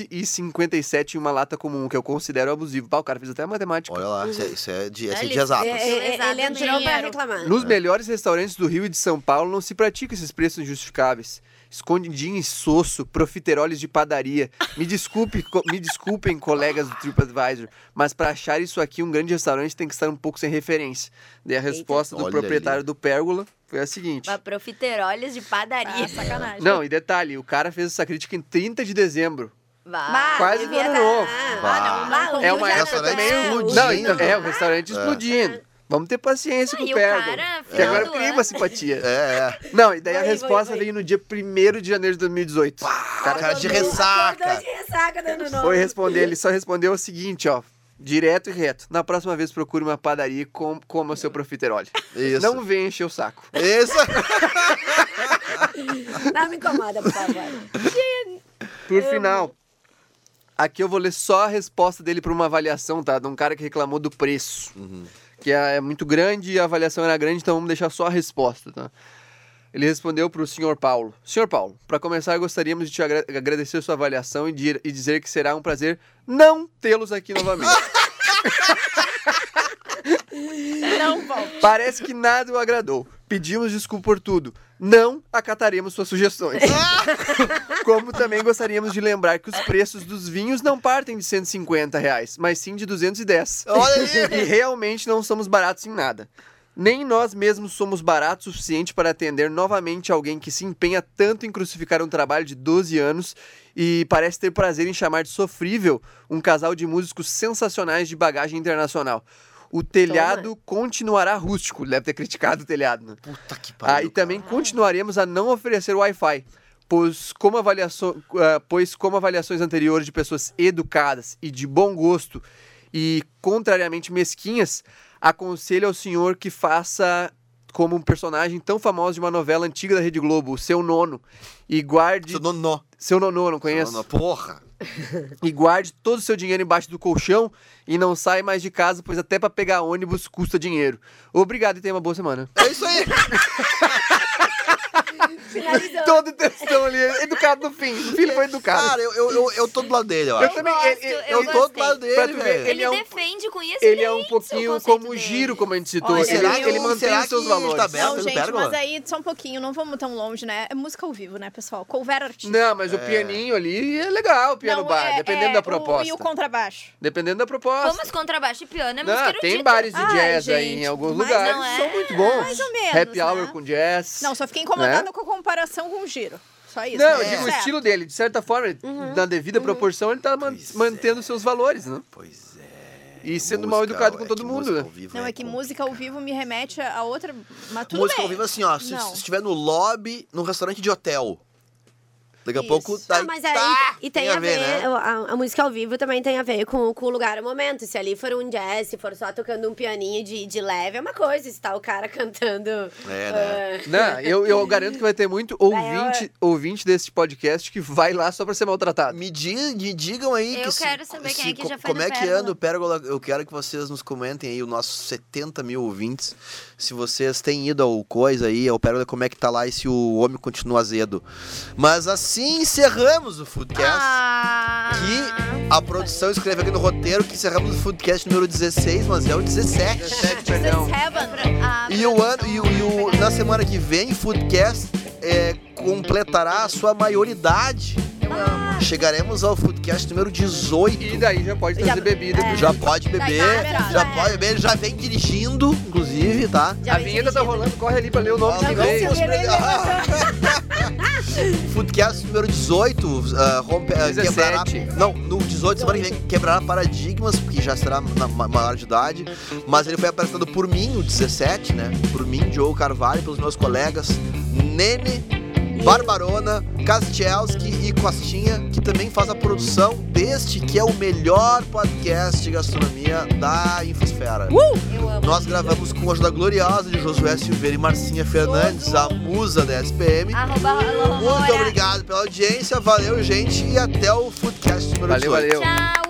12,57 em uma lata comum, que eu considero abusivo. Pá, o cara fez até a matemática. Olha lá, isso é, isso é de, esse é Ele- de tá. exatas. É, é, é, ele Exato, entrou pra dinheiro. reclamar. Nos melhores restaurantes do Rio e de São Paulo não se pratica esses preços injustificáveis. Escondidinho e soço, profiteroles de padaria. Me, desculpe, co- me desculpem, colegas do TripAdvisor, mas para achar isso aqui, um grande restaurante tem que estar um pouco sem referência. Daí a resposta do Olha proprietário do Pérgola foi a seguinte. Pra profiteroles de padaria. Ah, sacanagem. Não, e detalhe, o cara fez essa crítica em 30 de dezembro. Bah. Bah, Quase devia ano tá- novo. Ah, Bah. não, não, É não, uma já época não, também não. explodindo. Não, então, é, o né? restaurante explodindo. Vamos ter paciência com Ah, o e o Pérgola. cara, Porque final agora do cria ano. uma simpatia. É, é. Não, e daí a Vai, vai, resposta vai. veio no dia 1 de janeiro de 2018. Cara, cara de Acordou ressaca. de ressaca do ano novo. Foi responder, ele só respondeu o seguinte, ó. Direto e reto. Na próxima vez procure uma padaria e com, coma o seu profiterole. Isso. Não vem encher o saco. Isso. Não me incomoda, por favor. Por final, aqui eu vou ler só a resposta dele pra uma avaliação, tá? De um cara que reclamou do preço. Que é, é muito grande e a avaliação era grande, então vamos deixar só a resposta, tá? Ele respondeu pro senhor Paulo. Senhor Paulo, pra começar, gostaríamos de te agra- agradecer sua avaliação e, dir- e dizer que será um prazer não tê-los aqui novamente. Não, volta. Parece que nada o agradou. Pedimos desculpa por tudo. Não acataremos suas sugestões. Como também gostaríamos de lembrar que os preços dos vinhos não partem de 150 reais, mas sim de 210. Olha aí. E realmente não somos baratos em nada. Nem nós mesmos somos baratos o suficiente para atender novamente alguém que se empenha tanto em crucificar um trabalho de 12 anos e parece ter prazer em chamar de sofrível um casal de músicos sensacionais de bagagem internacional. O telhado continuará rústico. Deve ter criticado o telhado, né? Puta que pariu. Ah, e também continuaremos a não oferecer Wi-Fi, pois como, avaliaço- ah, pois como avaliações anteriores de pessoas educadas e de bom gosto e contrariamente mesquinhas, aconselho ao senhor que faça como um personagem tão famoso de uma novela antiga da Rede Globo, o seu nono, e guarde... Isso, nonô. Seu nono, não conheço? Nonô, Porra. E guarde todo o seu dinheiro embaixo do colchão e não sai mais de casa, pois até pra pegar ônibus custa dinheiro. Obrigado e tenha uma boa semana. É isso aí. Finalizou. Todo o textão ali, educado no fim. O filho foi educado. Cara, eu, eu, eu, eu tô do lado Ah, dele, eu acho. Eu também, gosto, ele- ele- eu Eu tô do gostei. lado Pra dele, tu ver, velho. Ele, Ele é um- defende com isso. Ele é um pouquinho conceito como o dele. giro, como a gente citou. Olha, ele, será ele que- mantém será os seus que valores. está aberto? Não, no gente, Pérgola? mas aí só um pouquinho, não vamos tão longe, né? É música ao vivo, né, pessoal? Cover artista. Não, mas o pianinho ali é legal, o piano Não, bar, é- dependendo é da o- proposta. E o contrabaixo. Dependendo da Como proposta. os contrabaixo e piano é Não, música tem erudita. bares de Ai, jazz aí em gente, alguns mas lugares não que é. são muito bons. Mais ou menos, Happy hour né? com jazz. Não, só fiquei incomodada Né? com a comparação com o giro. Só isso. Não, né? eu digo o Certo. estilo dele. De certa forma, ele- na devida proporção, ele tá man- mantendo seus valores, né? Pois é. E sendo Música, mal educado com é todo que mundo, música né? ao vivo Não, é que música ao vivo me remete a a outra. Mas tudo música é bem. ao vivo, assim, ó. Se, Não. se estiver no lobby, num restaurante de hotel. Daqui a Isso. pouco tá. Ah, mas aí, tá, e tem, a ver, né? a, a música ao vivo também tem a ver com, com o lugar e o momento. Se ali for um jazz, se for só tocando um pianinho de, de leve, é uma coisa. Se tá o cara cantando... É, né? ah, Não, eu, eu garanto que vai ter muito ouvinte, ouvinte desse podcast que vai lá só pra ser maltratado. Me, di- me digam aí. Eu que se- quero saber quem se é que co- já foi Como no é que Pérola. anda o Pérola? Eu quero que vocês nos comentem aí, os nossos 70 mil ouvintes, se vocês têm ido ao coisa aí, ao Pérola, como é que tá lá e se o homem continua azedo. Mas assim encerramos o Foodcast. Ah. Que a produção escreveu aqui no roteiro que encerramos o Foodcast número 16, mas é o 17. perdão. Ah, E o ano e, o- e o- na semana que vem, Foodcast é, completará a sua maioridade. Chegaremos ao Foodcast número 18. E daí já pode trazer Já- bebida. pro Já é. pode beber, liberado. já pode beber, já vem dirigindo, inclusive, tá? já A vem vinheta tá dirigindo. rolando, corre ali pra ler o nome Já que vamos vem. os pre- Foodcast número 18, ah, rompe, ah, quebrará... 17. Não, no 18, semana que vem, quebrará paradigmas, porque já será na ma- maior de idade. Mas ele foi apresentado por mim, o 17, né? Por mim, Joe Carvalho, pelos meus colegas Nene, Barbarona, Kastielski e Costinha, que também faz a produção deste que é o melhor podcast de gastronomia da Infosfera. Eu amo. Nós gravamos com a ajuda gloriosa de Josué Silveira e Marcinha Fernandes, a musa da SPM. Arroba alô, Muito Moura. obrigado pela audiência, valeu gente e até o Foodcast número Valeu, 18. valeu. Tchau.